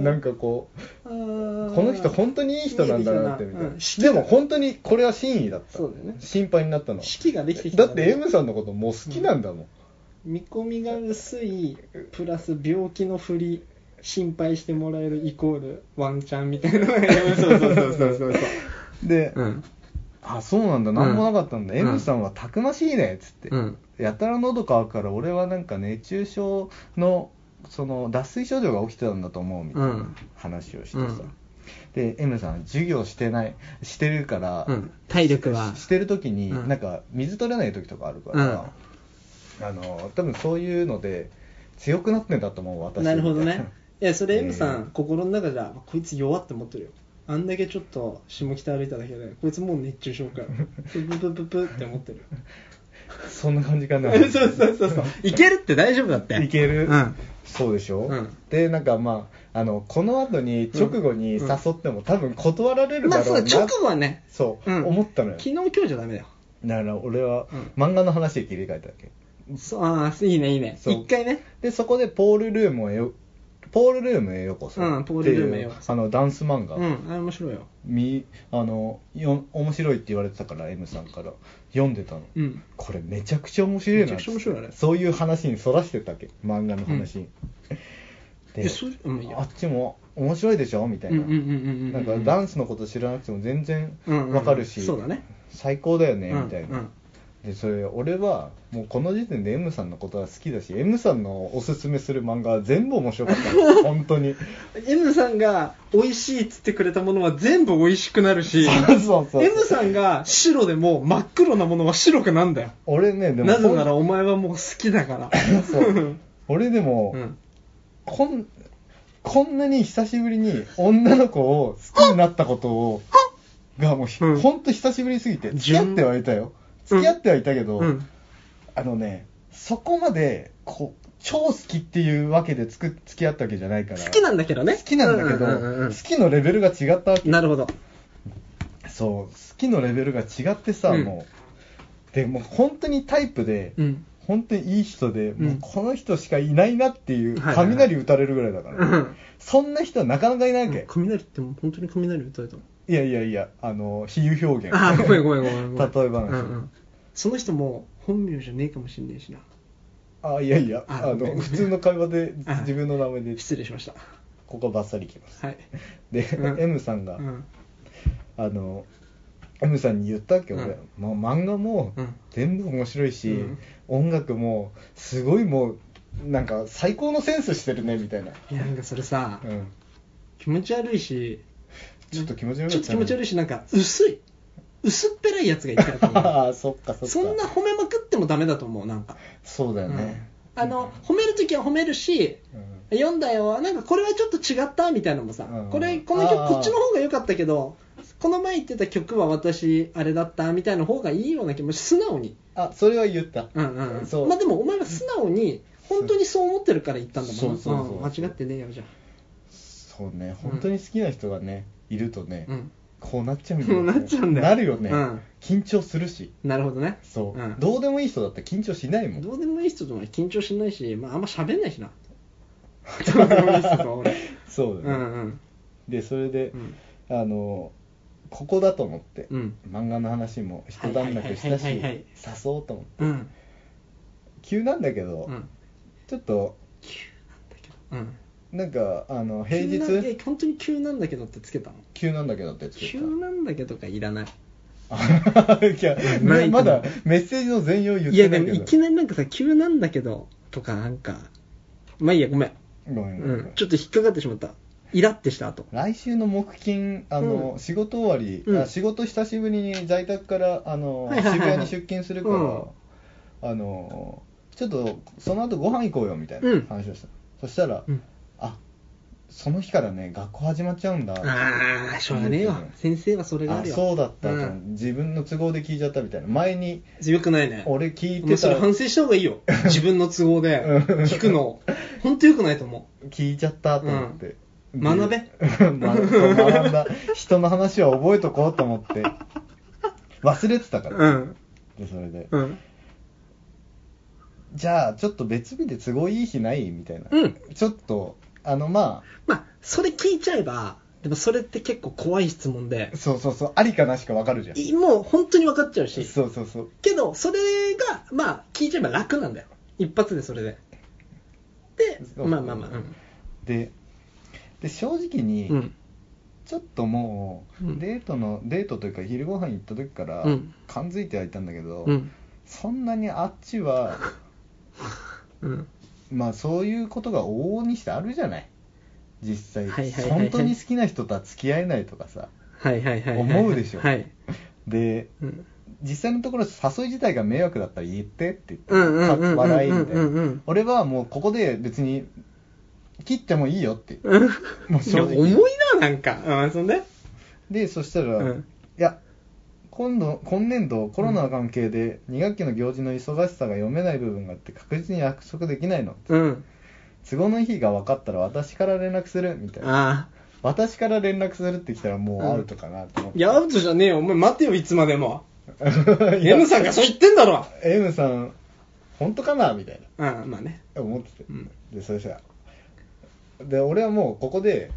S1: なんかこうこ
S2: こ
S1: の
S2: の
S1: 人本当にいい人なんだなってみたいな、
S2: うん
S1: でも本当にこれは真意だった
S2: そうだよね
S1: 心配になったの
S2: 式ができてき
S1: だ
S2: た
S1: って M さんのこともう好きなんだもん、
S2: 見込みが薄いプラス病気のふり心配してもらえるイコールワンチャンみたいなそうそうそうそうそう
S1: で、
S2: うん
S1: あそうなんだ何もなかったんだ、
S2: うん
S1: M さんはたくましいねっつって、
S2: うん
S1: やたら喉乾くから俺はなんか熱中症のその脱水症状が起きてたんだと思うみたいな話をしてさ、
S2: うん
S1: で M さん授業してないしてるから、
S2: うん体力は
S1: ししてる時に、
S2: うん
S1: なんか水取れない時とかあるから、あの多分そういうので強くなってんだと思う私
S2: なるほどねいやそれ
S1: えー
S2: M さん、心の中じゃこいつ弱って思ってるよあんだけちょっと下北歩いただけでこいつもう熱中症かよプププププって思ってる
S1: そんな感じかな
S2: そうそうそうそういけるって大丈夫だって
S1: いける、
S2: うん
S1: そうでしょ、
S2: うん
S1: でなんかまああのこの後に直後に
S2: う
S1: 誘
S2: ん
S1: っても多分断られるだ
S2: まあ
S1: ろ
S2: そう
S1: な、
S2: うだ直後はね
S1: そう、
S2: うん
S1: 思ったのよ
S2: 昨日今日じゃダメだよ
S1: だから俺は
S2: う
S1: 漫画の話で切り替えただけ
S2: そうああいいねいいね
S1: そう
S2: 一回ね
S1: でそこでポールルームへよポールルームへようこそ
S2: うんポールルームへようこそ
S1: っていあのダンス漫画、
S2: うんあれ面白いよ
S1: みあのよ面白いって言われてたから M さんから読んでたの、
S2: うん
S1: これめちゃくちゃ面白いな
S2: めちゃくちゃ面白いあれ
S1: そういう話にそらしてたっけ漫画の話に、
S2: えそれうんいいよ
S1: あっちも面白いでしょみたいな、
S2: うんうんうんうんうん
S1: なんかダンスのこと知らなくても全然
S2: うんうん
S1: わかるし、
S2: そうだね
S1: 最高だよね、みたいな、
S2: うんうん
S1: でそれ俺はもうこの時点で M さんのことが好きだし M さんのおすすめする漫画は全部面白かったの 本当に
S2: M さんが美味しいっつってくれたものは全部美味しくなるし
S1: そうそうそう
S2: M さんが白でも真っ黒なものは白くなんだよ
S1: 俺ねでも
S2: なぜなら お前はもう好きだから
S1: そう俺でも、
S2: うん
S1: こんこんなに久しぶりに女の子を好きになったことを、がもうひ、
S2: うん
S1: ほんと久しぶりすぎて、付き
S2: 順
S1: 合ってはいたよ。
S2: うん
S1: 付き合ってはいたけど、
S2: うん。
S1: あのね、そこまで、こう、超好きっていうわけでつく付き合ったわけじゃないから。
S2: 好きなんだけどね。
S1: 好きなんだけど、
S2: ううんうんうん
S1: 好きのレベルが違ったわけ。
S2: なるほど。
S1: そう、好きのレベルが違ってさ、
S2: うん
S1: もう。で、もう本当にタイプで、
S2: うん。
S1: 本当にいい人で、
S2: うん
S1: もうこの人しかいないなっていう、
S2: はいはいはい
S1: 雷打たれるぐらいだから、
S2: うん
S1: そんな人はなかなかいないわけ、
S2: 雷ってもう本当に雷打たれたの
S1: いやいやいやあの比喩表現
S2: あーごめんごめんごめんごめん
S1: 例え話
S2: うんうんその人も本名じゃねえかもしんねえしな
S1: あいやいや
S2: あ
S1: あ
S2: ごめん
S1: の普通の会話で
S2: あ
S1: 自分の名前で
S2: 失礼しました
S1: ここバッサリきます
S2: はい
S1: で、
S2: うん
S1: M さんが、
S2: うん
S1: あの M さんに言ったっけ俺、もう漫画も
S2: うん
S1: 全部面白いし、
S2: うん
S1: 音楽もすごいもうなんか最高のセンスしてるねみたいな、
S2: いやなんかそれさ
S1: うん、
S2: 気持ち悪いし
S1: ちょっと気持ち悪か
S2: ちょ
S1: っ
S2: っと
S1: た
S2: 気
S1: ね
S2: 持ち悪いしなんか薄い薄っぺらいやつがいたらと 思
S1: ああそっかそっか
S2: うそんな褒めまくってもダメだと思うなんか
S1: そうだよね、
S2: うんあの褒めるときは褒めるし
S1: うん
S2: 読んだよなんかこれはちょっと違ったみたいなのもさ、
S1: うん
S2: これこの曲
S1: あー
S2: こっちの方が良かったけどこの前言ってた曲は私あれだったみたいな方がいいような気もし素直に、
S1: あそれは言った
S2: うんうんうん
S1: そう
S2: まあでもお前は素直に本当にそう思ってるから言ったんだもんな
S1: そうそうそうん
S2: 間違ってねえよじゃ
S1: そうね本当に好きな人がねいるとね、
S2: あ、うん、
S1: こうなっちゃうんよ
S2: こうなっちゃうんだよ
S1: なるよね、
S2: うん
S1: 緊張するし
S2: なるほどね
S1: そう、
S2: うん
S1: どうでもいい人だって緊張しないもん
S2: どうでもいい人とは緊張しないし、まあ、あんま喋んない しなどうでもいい人とは俺
S1: そう
S2: う
S1: だね、
S2: んうん
S1: でそれで
S2: う、ん
S1: あのここだと思って、
S2: うん
S1: 漫画の話も一段落したし
S2: はいはいはいはいはい
S1: 誘おうと思って
S2: うん
S1: 急なんだけど、
S2: うん
S1: ちょっと
S2: うん
S1: なんかあの平
S2: 急なん
S1: 日
S2: え本当に急なんだけどってつけたの
S1: 急なんだけどってつけ
S2: 急
S1: た
S2: なんだけどがいらない
S1: あいや
S2: ない
S1: まだメッセージの全容言っ
S2: いや
S1: てな
S2: で
S1: い
S2: も
S1: けど
S2: いきなりなんかさ急なんだけどとかなんかまあいいやごめん、
S1: ごめ
S2: うん
S1: ごめん
S2: ん、ちょっと引っかかってしまったイラってした後
S1: 来週の木金あの、
S2: うん
S1: 仕事終わり、
S2: うん
S1: あ仕事久しぶりに在宅からあの、
S2: はいはいはい
S1: 渋谷
S2: はい
S1: に出勤するから、
S2: うん
S1: あのちょっとその後ご飯行こうよみたいな話をした、そしたら、
S2: うん
S1: あその日からね学校始まっちゃうんだ
S2: ああしょうがねえわ先生はそれがあ
S1: あ
S2: るよ
S1: そうだった、
S2: うん
S1: 自分の都合で聞いちゃったみたいな前に
S2: よくないね
S1: 俺聞い
S2: もう
S1: て
S2: そ
S1: た
S2: れ反省した方がい いよ自分の都合で聞くの本当よくないと思
S1: 聞いちゃったと思って、
S2: うん学 べ
S1: 学そう学んだ人の話は覚えとこうと思って忘れてた
S2: う
S1: から、
S2: うん
S1: でそれで、
S2: うん
S1: じゃあちょっと別日で都合いい日ないみたいな、
S2: うん
S1: ちょっとあのま
S2: まあそれ聞いちゃえばでもそれって結構怖い質問で
S1: あそうそうそうありかなしかわかるじゃん
S2: いもう本当に分かっちゃうし
S1: そうそうそう
S2: けどそれがまあ聞いちゃえば楽なんだよ一発でそれでで
S1: そう
S2: まあまあまあうん
S1: でで正直に、
S2: うん
S1: ちょっともう、
S2: うん
S1: デートのデートというか昼ご飯行った時から、
S2: うん
S1: 感づいてはいたんだけど、
S2: うん
S1: そんなにあっちは
S2: うん
S1: まあそういうことが往々にしてあるじゃない実際、
S2: はいはいはいはい
S1: 本当に好きな人とは付き合えないとかさ
S2: はいはいはいはい
S1: 思うでしょ
S2: はい
S1: で
S2: うん
S1: 実際のところ誘い自体が迷惑だったら言ってって言って
S2: うんうんうんうんうんうんうん
S1: か笑いみたいな俺はもうここで別に切ってもいいよって
S2: うん
S1: もう
S2: いや
S1: 正直
S2: 重いななんかうんそんで
S1: でそしたら、
S2: うん
S1: いや今度今年度コロナの関係で2学期の行事の忙しさが読めない部分があって確実に約束できないの
S2: うん
S1: 都合のいい日が分かったら私から連絡するみたいな
S2: ああ
S1: 私から連絡するってきたらもうアウトかなと思って、
S2: いやアウトじゃねえよお前待てよいつまでも
S1: いや
S2: M さんがそう言ってんだろ
S1: M さん本当かなみたいな
S2: うんまあね
S1: 思ってて、
S2: うん
S1: でそれじゃで俺はもうここで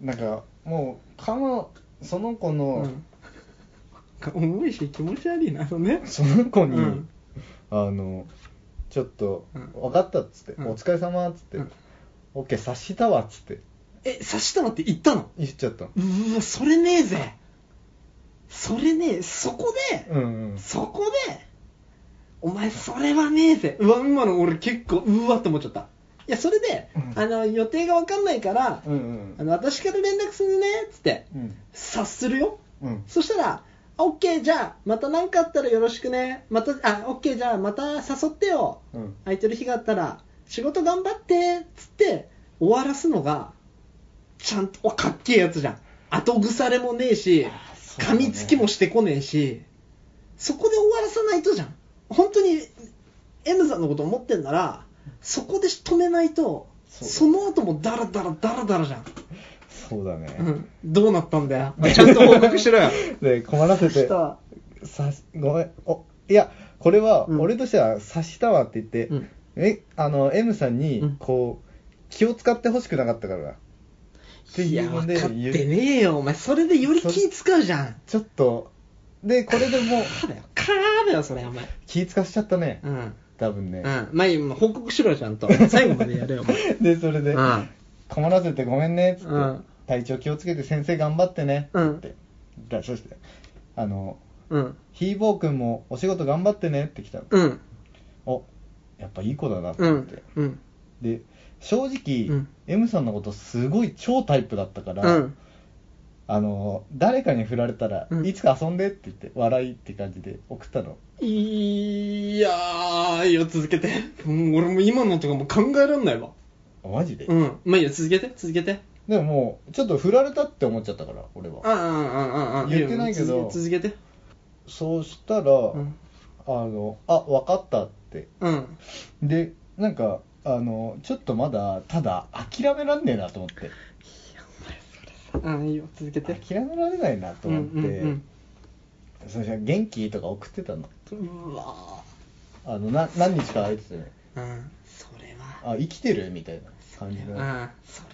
S1: なんかもう彼のその子の、
S2: うん重いし気持ち悪いなあのね
S1: その子に、
S2: うん
S1: あのちょっと「
S2: うん
S1: 分かった」っつって「
S2: うん
S1: お疲れ様っつって
S2: うん
S1: 「オッケー察したわ」っつって
S2: え刺したのって言ったの
S1: 言っちゃったの
S2: うーわそれねえぜそれねえそこで、
S1: うんうん
S2: そこでお前それはねえぜうわ今の俺結構うわって思っちゃったいやそれで、
S1: うん
S2: あの予定が分かんないから、
S1: うんうん
S2: あの私から連絡するねっつって
S1: うん
S2: 察するよ
S1: うん
S2: そしたらあオッケーじゃあまた何かあったらよろしくねまたあオッケーじゃあまた誘ってよ
S1: うん
S2: 空いてる日があったら仕事頑張ってっつって終わらすのがちゃんとおかっけえやつじゃん後腐れもねえし
S1: あそうだ
S2: 噛
S1: ね
S2: みつきもしてこねえしそこで終わらさないとじゃん本当に M さんのこと思ってんならそこで止めないとそ,、
S1: そう
S2: の後もダラダラダラダラじゃん、
S1: そうだね、
S2: うん、どうなったんだよちゃんと報告しろ よ
S1: で困らせ
S2: そしてたら
S1: さしごめんおいやこれは
S2: うん
S1: 俺としては察したわって言って、
S2: うん
S1: えあの M さん
S2: うん
S1: にこう、気を使ってほしくなかったからだって
S2: い
S1: い
S2: や
S1: うの
S2: 分
S1: で
S2: かって
S1: ゆ
S2: ねえよお前それでより気使うじゃん
S1: ちょっとでこれで もう
S2: カーだよカーだよそれお前
S1: 気使しちゃったね
S2: うん
S1: 多分
S2: う
S1: ね、
S2: んまあ今報告しろよちゃん と最後までやれよお前
S1: でそれで、
S2: うん
S1: 困らせてごめんねっつって、
S2: うん
S1: 体調気をつけて先生頑張ってね
S2: うん
S1: って、だそしてあの
S2: うん
S1: ひーぼーくんもお仕事頑張ってねって来たの、
S2: うん
S1: おやっぱいい子だなと
S2: う
S1: 思っ
S2: ん
S1: て、
S2: うん
S1: で正直、
S2: うん
S1: M さんのことすごい超タイプだったから、
S2: うん
S1: あの誰かに振られたら、
S2: うん
S1: いつか遊んでって言って笑いって感じで送ったの
S2: いやーいいよ続けてもう俺も今のとかもう考えらんないわ
S1: あマジで、
S2: うんまあいいよ続けて続けて
S1: でももうちょっと振られたって思っちゃったから俺は
S2: あんあんあんあんあん
S1: 言ってないけど
S2: よ続け続けて
S1: そうしたら、
S2: うん
S1: あのあ分かったって
S2: うん
S1: でなんかあのちょっとまだただ諦めらんねえなと思って
S2: うんいいよ続けて
S1: 諦められないなと思って、
S2: うんうん
S1: そしたら元気とか送ってたの
S2: うんうわ
S1: あのな何日か空いててね
S2: ーうんそれは
S1: あ生きてるみたいな感じ
S2: う
S1: で
S2: んそれは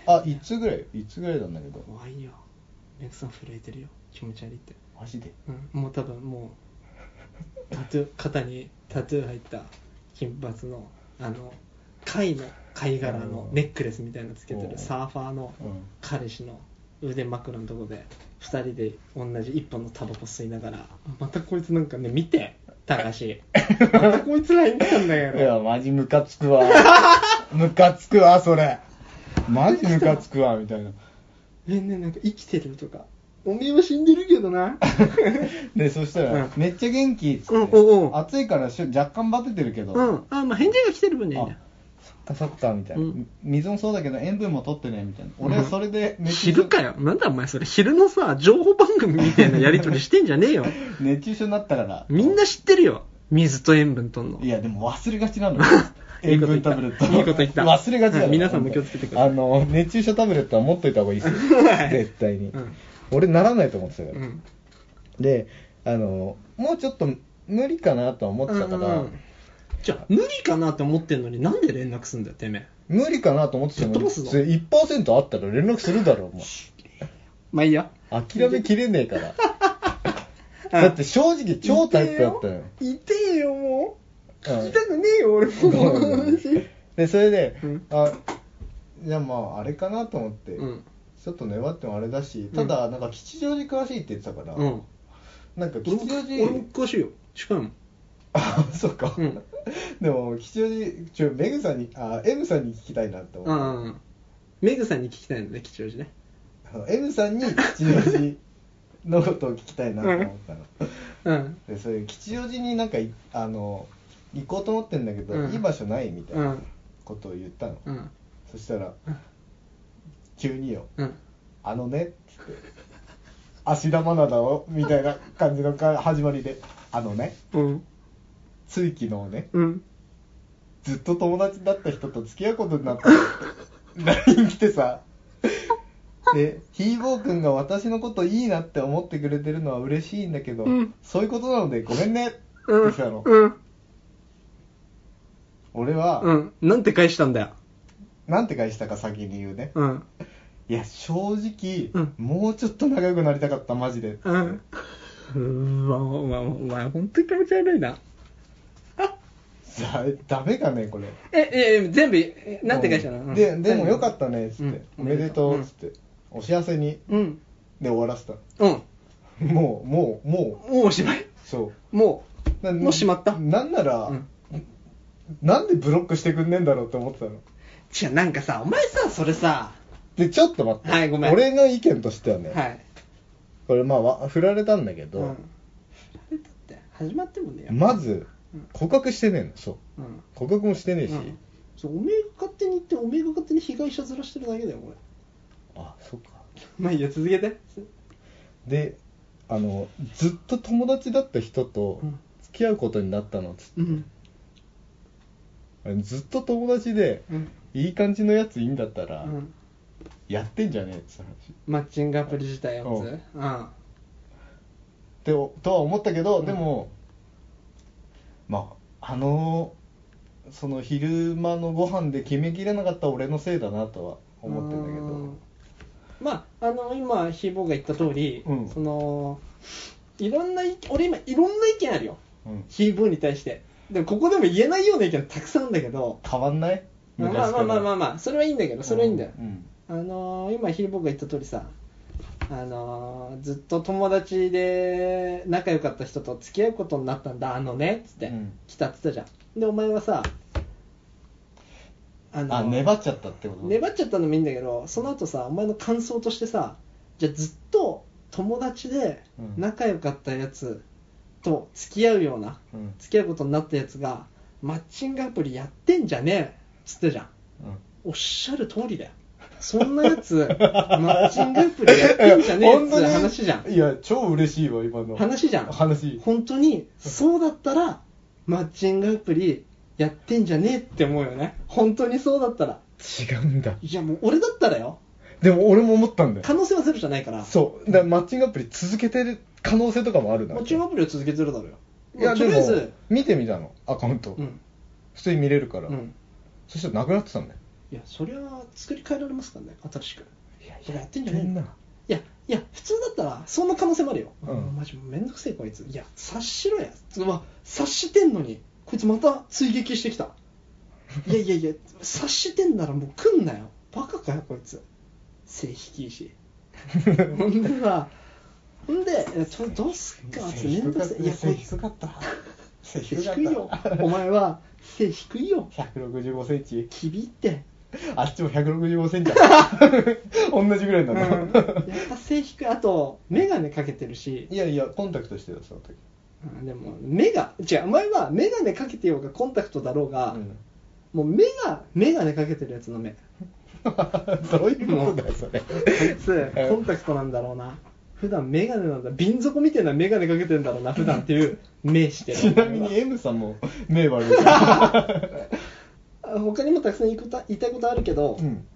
S1: あいつぐらいいつぐらいなんだけど
S2: 怖いよレクさん震えてるよ気持ち悪いって、
S1: マジで
S2: うん、もう多分もうタトゥー肩にタトゥー入った金髪のあの貝の貝殻のネックレスみたいなのつけて
S1: う
S2: る
S1: ん
S2: サーファーの
S1: うん
S2: 彼氏の腕枕のとこで2人で同じ1本のタバコ吸いながらまたこいつなんかね見て高 橋またこいつらいたんだけ
S1: いや
S2: ど
S1: マジムカつく わムカつくわそれマジムカつくわみたい な
S2: ねえねえなんか生きてるとかおめえは死んでるけどな
S1: でそした
S2: う
S1: ら
S2: ん
S1: 「めっちゃ元気」っつって、
S2: うんうんうん
S1: 暑いからし若干バテてるけど、
S2: うんあまあ返事が来てる分にはいい
S1: あ
S2: ね
S1: そっかそっかみたいな、
S2: うん
S1: 水もそうだけど塩分も取ってねみたいな俺
S2: うん
S1: それで熱中症
S2: 昼かよなんだお前それ昼のさ情報番組みたいなやり取りしてんじゃね えよ
S1: 熱中症になったから
S2: みんな知ってるよ水と塩分とんの
S1: いやでも忘れがちなの
S2: いい
S1: 塩
S2: こと
S1: 分
S2: 言った
S1: タブレット
S2: いいこと言った
S1: 忘れがちな
S2: は
S1: の
S2: い皆さんも気をつけてください
S1: あの熱中症タブレットは持っといた方がいいですよ
S2: はい
S1: 絶対に、
S2: うん
S1: 俺ならないと思ってたか
S2: う
S1: ら、
S2: ん
S1: であのもうちょっと無理かなとは思ってたから、
S2: うんうんじゃあ無理かなって思ってんのになんで連絡すんだよてめえ
S1: 無理かなと思ってても
S2: ぶっ飛ばすぞ
S1: それ1%あったら連絡するだ ろうも
S2: まあいいよ
S1: う諦めきれねえから
S2: うん
S1: だって正直超タイプだったよ
S2: 痛えよもう
S1: うん
S2: 聞きたくねえよ俺
S1: そうな
S2: も
S1: んだよね でそれで、
S2: うん
S1: あじゃあまああれかなと思って、
S2: うん
S1: ちょっと粘ってもあれだし
S2: うん
S1: ただなんか吉祥寺詳しいって言ってたから、
S2: うん
S1: なんか吉
S2: 俺も
S1: 祥
S2: 俺も
S1: 寺
S2: 詳しいよ近いもん
S1: あそうか、
S2: うん
S1: でも吉祥寺ちょメグさんにあ M さんに聞きたいなって思
S2: う
S1: っ
S2: んうんメグさんに聞きたいのね吉祥寺ね
S1: て、あの M さんに吉祥寺のことを聞きたいなと思ったの、
S2: うん
S1: でそれ吉祥寺になんかいあの行こうと思ってんだけど、
S2: うん
S1: いい場所ないみたいうなんことを言ったの、
S2: うん
S1: そしたら
S2: うん
S1: 急によ
S2: うん
S1: 「あのね」っつって「芦田愛菜だよ」みたいな感じのか始まりで「あのね
S2: うん
S1: つい昨日ね
S2: うん
S1: ずっと友達だった人と付き合うことになったよ」って LINE 来てさでひーぼーくんが私のこといいなって思ってくれてるのは嬉しいんだけど、
S2: うん
S1: そういうことなのでごめんねって
S2: う
S1: 来
S2: ん
S1: たの、
S2: うん
S1: 俺は、
S2: うんなんて返したんだよ
S1: なんて返したか先に言うね、
S2: うん
S1: いや正直、
S2: うん
S1: もうちょっと仲良くなりたかったマジで、
S2: うんうわお前お前本当に気持ち悪いな
S1: さダメかねこれ
S2: ええ全部えなんて返したのうん
S1: ででもよかったねっつって、
S2: うん
S1: おめでと
S2: お
S1: う
S2: め
S1: っ
S2: で
S1: つっ
S2: と
S1: て、お幸せに
S2: うん
S1: で終わらせた
S2: うん
S1: もうもうも
S2: もうおしまいう
S1: そう
S2: も
S1: な
S2: もうしまった
S1: なんなら、
S2: うん
S1: なんでブロックしてくんねえんだろうって思ってたの
S2: うじゃあなんかさお前さそれさ
S1: でちょっと待って、
S2: はいごめん
S1: 俺の意見としてはね、
S2: はい
S1: これまあわ振られたんだけ
S2: うん
S1: ど、
S2: だって始まってもね
S1: まず
S2: うん
S1: 告白してねえのそう
S2: うん
S1: 告白もしてねえし、
S2: うんそうおめえが勝手に言っておめえが勝手に被害者ずらしてるだけだよこれ
S1: あそっか
S2: まあいいよ続けて
S1: であのずっと友達だった人と
S2: うん
S1: 付き合うことになったのつって
S2: うん
S1: あれずっと友達で
S2: うん
S1: いい感じのやついいんだった
S2: う
S1: ら、
S2: ん
S1: やってんじゃねえって話
S2: マッチングアプリ自体を
S1: う
S2: つ
S1: ん
S2: うん
S1: でとは思ったけど、
S2: うん
S1: でもまああのその昼間のご飯で決めきれなかった俺のせいだなとは思ってんだけ
S2: う
S1: ど
S2: んまああの今ひーぼーが言った通り、
S1: うん
S2: そのいろんな意見俺今いろんな意見あるよ
S1: うん
S2: ひーぼーに対してでもここでも言えないような意見たくさんあるんだけど
S1: 変わんない
S2: まあまあまあまあまあ、まあ、それはいいんだけど
S1: あ
S2: それはいいんだよ、
S1: うん
S2: あのー今ひーぼーが言った通りさあのーずっと友達で仲良かった人と付き合うことになったんだあのねっつって、
S1: うん
S2: 来たっつったじゃんでお前はさあ
S1: あ粘っちゃったってこと
S2: 粘っちゃったのもいいんだけどその後さお前の感想としてさじゃあずっと友達で
S1: うん
S2: 仲良かったやつと付き合うような
S1: うんうん
S2: 付き合うことになったやつがマッチングアプリやってんじゃねえっつってじゃんおっしゃる通りだよそんなや つマッチングアプリやってんじゃねえっつう話じゃん
S1: いや超嬉しいわ今の
S2: 話じゃん
S1: 話
S2: 本当にそうだったらマッチングアプリやってんじゃねえって思うよね本当にそうだったら
S1: 違うんだ
S2: いやもう俺だったらよ
S1: でも俺も思ったんだよ
S2: 可能性はゼロじゃないから
S1: そうだからマッチングアプリ続けてる可能性とかもあるな
S2: マッチングアプリを続けてるだろうよ
S1: いや
S2: と
S1: で
S2: りあえ
S1: も
S2: ず
S1: 見てみたのアカウント、
S2: うん
S1: 普通に見れるから、
S2: うん
S1: そしたらなくなってたんだよ
S2: いやそりゃ作り変えられますからね新しく
S1: いや
S2: いややってんじゃねえの
S1: や
S2: いやいや普通だったらそんな可能性もあるよ、
S1: うん
S2: もマジめんどくせえこいついや察しろやうわ察してんのにこいつまた追撃してきたいやいやいや察してんならもう来んなよバカかよこいつ性引き いしほんでさほんでいやとどうすっかってめんどくせえ いやこいつ
S1: かった背
S2: 背低いよ お前は背低いよ
S1: 165センチ
S2: きびって、
S1: あっちも165センチある同じぐらいな
S2: うん、
S1: の、
S2: やっぱ背低いあと眼鏡かけてるし
S1: いやいやコンタクトしてたその時
S2: うんでも目が違うお前は眼鏡かけてようがコンタクトだろうが、
S1: うん
S2: もう目が眼鏡かけてるやつの目
S1: どういうことだよそれ
S2: こいつコンタクトなんだろうな普段眼鏡なんだ瓶底みたいな眼鏡かけてんだろうな普段っていう目してる
S1: ちなみに M さんも目悪い から、
S2: あ他にもたくさん言いこと言いたいことあるけど、
S1: うん、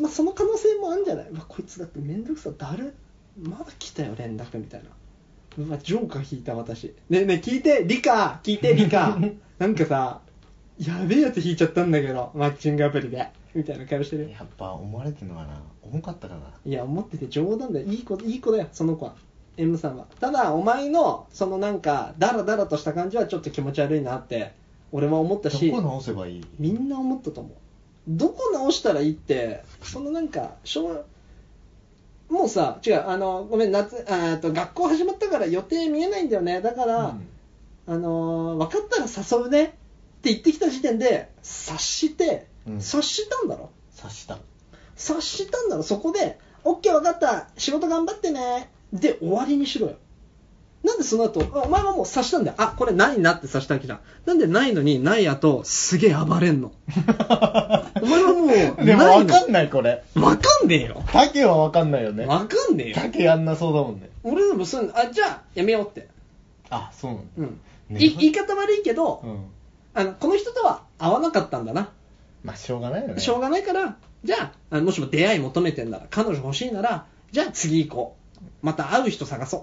S2: まあ、その可能性もあるんじゃないうわこいつだって面倒くさだるまだ来たよ連絡みたいなうわジョーカー引いた私ねえねえ聞いてリカ聞いてリ カなんかさやべえやつ引いちゃったんだけどマッチングアプリでみたいな顔してる
S1: やっぱ思われてるのかな重かったかない
S2: や思ってて冗談だよいい子いい子だよその子は M さんはただお前のそのなんかダラダラとした感じはちょっと気持ち悪いなって俺は思ったし
S1: どこ直せばいい
S2: みんな思ったと思うどこ直したらいいってそのなんかしょうもうさ違うあのごめん夏あーっと学校始まったから予定見えないんだよねだから、
S1: うん
S2: あのー分かったら誘うねって言ってきた時点で察して、
S1: うん
S2: 察したんだろ
S1: 刺した
S2: 察したんだろそこで OK 分かった仕事頑張ってねで終わりにしろよなんでその後あお前はもう察したんだよあこれないなって察したわけじゃんなんでないのにないやとすげえ暴れんのお前はもう
S1: でも
S2: ない
S1: 分
S2: の
S1: かんないこれ
S2: わかんねえよ
S1: 竹は分かんないよね
S2: わかんねえよ
S1: 竹やんなそうだもんね
S2: 俺でもそういうのあじゃあやめようって、
S1: あそうなんだ
S2: うん
S1: ね
S2: い言い方悪いけど、
S1: うん
S2: あのこの人とは会わなかったんだな
S1: まあしょうがないよね
S2: しょうがないから、じゃあ、あのもしも出会い求めてんなら、彼女欲しいなら、じゃあ次行こう。また会う人探そう。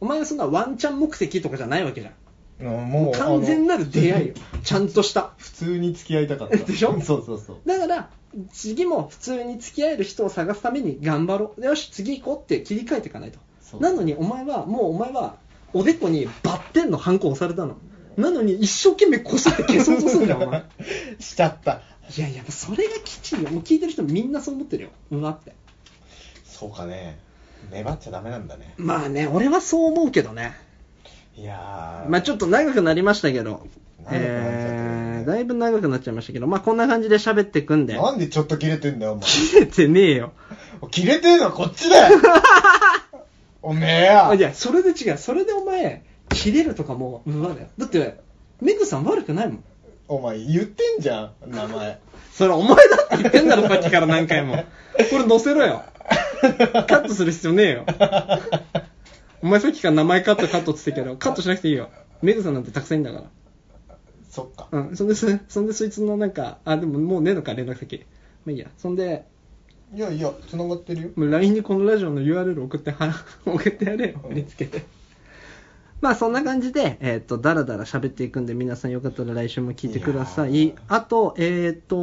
S2: お前はそんなワンチャン目的とかじゃないわけじゃん。
S1: うん
S2: も
S1: も
S2: う
S1: う
S2: 完全なる出会いよ
S1: あの。
S2: ちゃんとした。
S1: 普通に付き合いたかった
S2: でしょ
S1: そうそうそう
S2: だから、次も普通に付き合える人を探すために頑張ろう。よし、次行こうって切り替えていかない
S1: そ
S2: と。
S1: う
S2: なのに、お前は、もうお前は、おでこにバッテンのハンコ押されたの。なのに、一生懸命こすって消そうとするじゃん、お前。
S1: しちゃった
S2: いやいや、それがきちんよ。もう聞いてる人みんなそう思ってるよ。うわって。
S1: そうかね粘っちゃダメなんだね
S2: まあね、俺はそう思うけどね。
S1: いやー
S2: まあちょっと長くなりましたけど、
S1: 長くなっちゃったね
S2: えー、だいぶ長くなっちゃいましたけど、まあこんな感じで喋ってくんで。
S1: なんでちょっと切れてんだよお前
S2: 切れてねえよ。
S1: 切れてんのはこっちだ よおめえや
S2: あいや、それで違う。それでお前、切れるとかもう、うわだよ。だって、メグさん悪くないもん。
S1: お前言ってんじゃん、名 前。
S2: それお前だって言ってんだろ、さっきから何回も。これ載せろ よ。カットする必要ねえよ。お前さっきから名前カットカットって言ってたけど、カットしなくていいよ。メグさんなんてたくさんいんだか
S1: そっか。
S2: ら。うん。そんで、そそんでそいつのなんか、あ、でももうねえのか、連絡先。まあいいや。そんで、
S1: いやいや、繋がってるよ。
S2: もう LINE にこのラジオの URL 送っては、 送ってやれよ。見つけて。まあそんな感じで、えっ、と、だらだら喋っていくんで、皆さんよかったら来週も聞いてくださ
S1: い
S2: い
S1: やー。
S2: あと、えっ、と、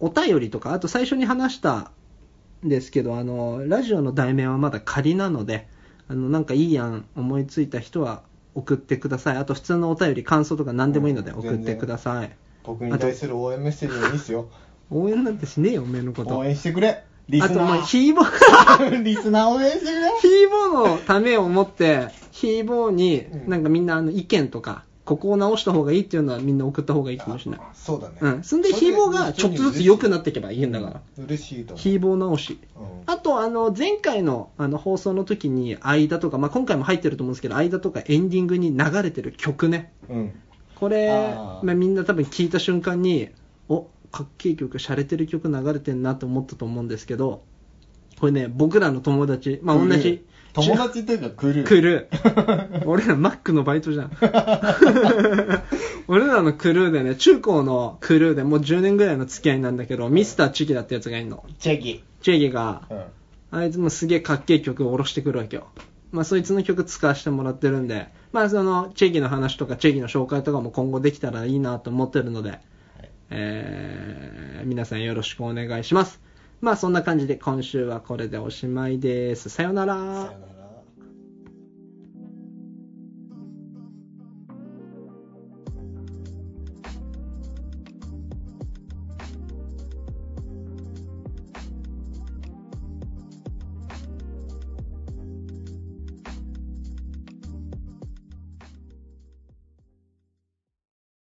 S2: お便りとか、あと最初に話したんですけど、あの、ラジオの題名はまだ仮なので、あの、なんかいい案思いついた人は送ってください。あと普通のお便り、感想とか何でもいいので
S1: うん
S2: 送ってください。
S1: 僕に対する応援メッセージもいいっすよ。
S2: 応援なんてしねえよ、おめえのこと。
S1: 応
S2: あ
S1: 援してくれ。リス
S2: と、ま
S1: ナ
S2: あ、
S1: ー。
S2: ヒーボ ー、
S1: リスナー応援してくれ。
S2: ヒーボーのためを思って、ヒーボーに
S1: う、ん
S2: なんかみんなあの意見とか、ここを直した方がいいっていうのはみんな送った方がいいかもしれない。
S1: あそうだね。
S2: うん。そんでヒーボーがちょっとずつ良くなっていけばいいんだから。
S1: ら。嬉しいと思う。
S2: ヒーボー直し。
S1: うん
S2: あと、あの、前回のあの放送の時に、間とか、まあ、今回も入ってると思うんですけど、間とかエンディングに流れてる曲ね。
S1: うん。
S2: これ、
S1: あー
S2: まあ、みんな多分聞いた瞬間に、おかっけえ曲、洒落てる曲流れてんなと思ったと思うんですけど、これね、僕らの友達、まあ、同
S1: 来
S2: じ
S1: る。友達というか来る。
S2: クルー。俺らマックのバイトじゃん。俺らのクルーでね、中高のクルーでもう10年ぐらいの付き合いなんだけど、ミスターチェキだってやつがいるの。
S1: チェキ。
S2: チェキが、
S1: うん。
S2: あいつもすげえかっけえ曲を下ろしてくるわけよ。まあそいつの曲使わせてもらってるんで、まあその、チェキの話とかチェキの紹介とかも今後できたらいいなと思ってるので、えー、皆さんよろしくお願いします。まあそんな感じで今週はこれでおしまいです。さよなら。
S1: さよなら。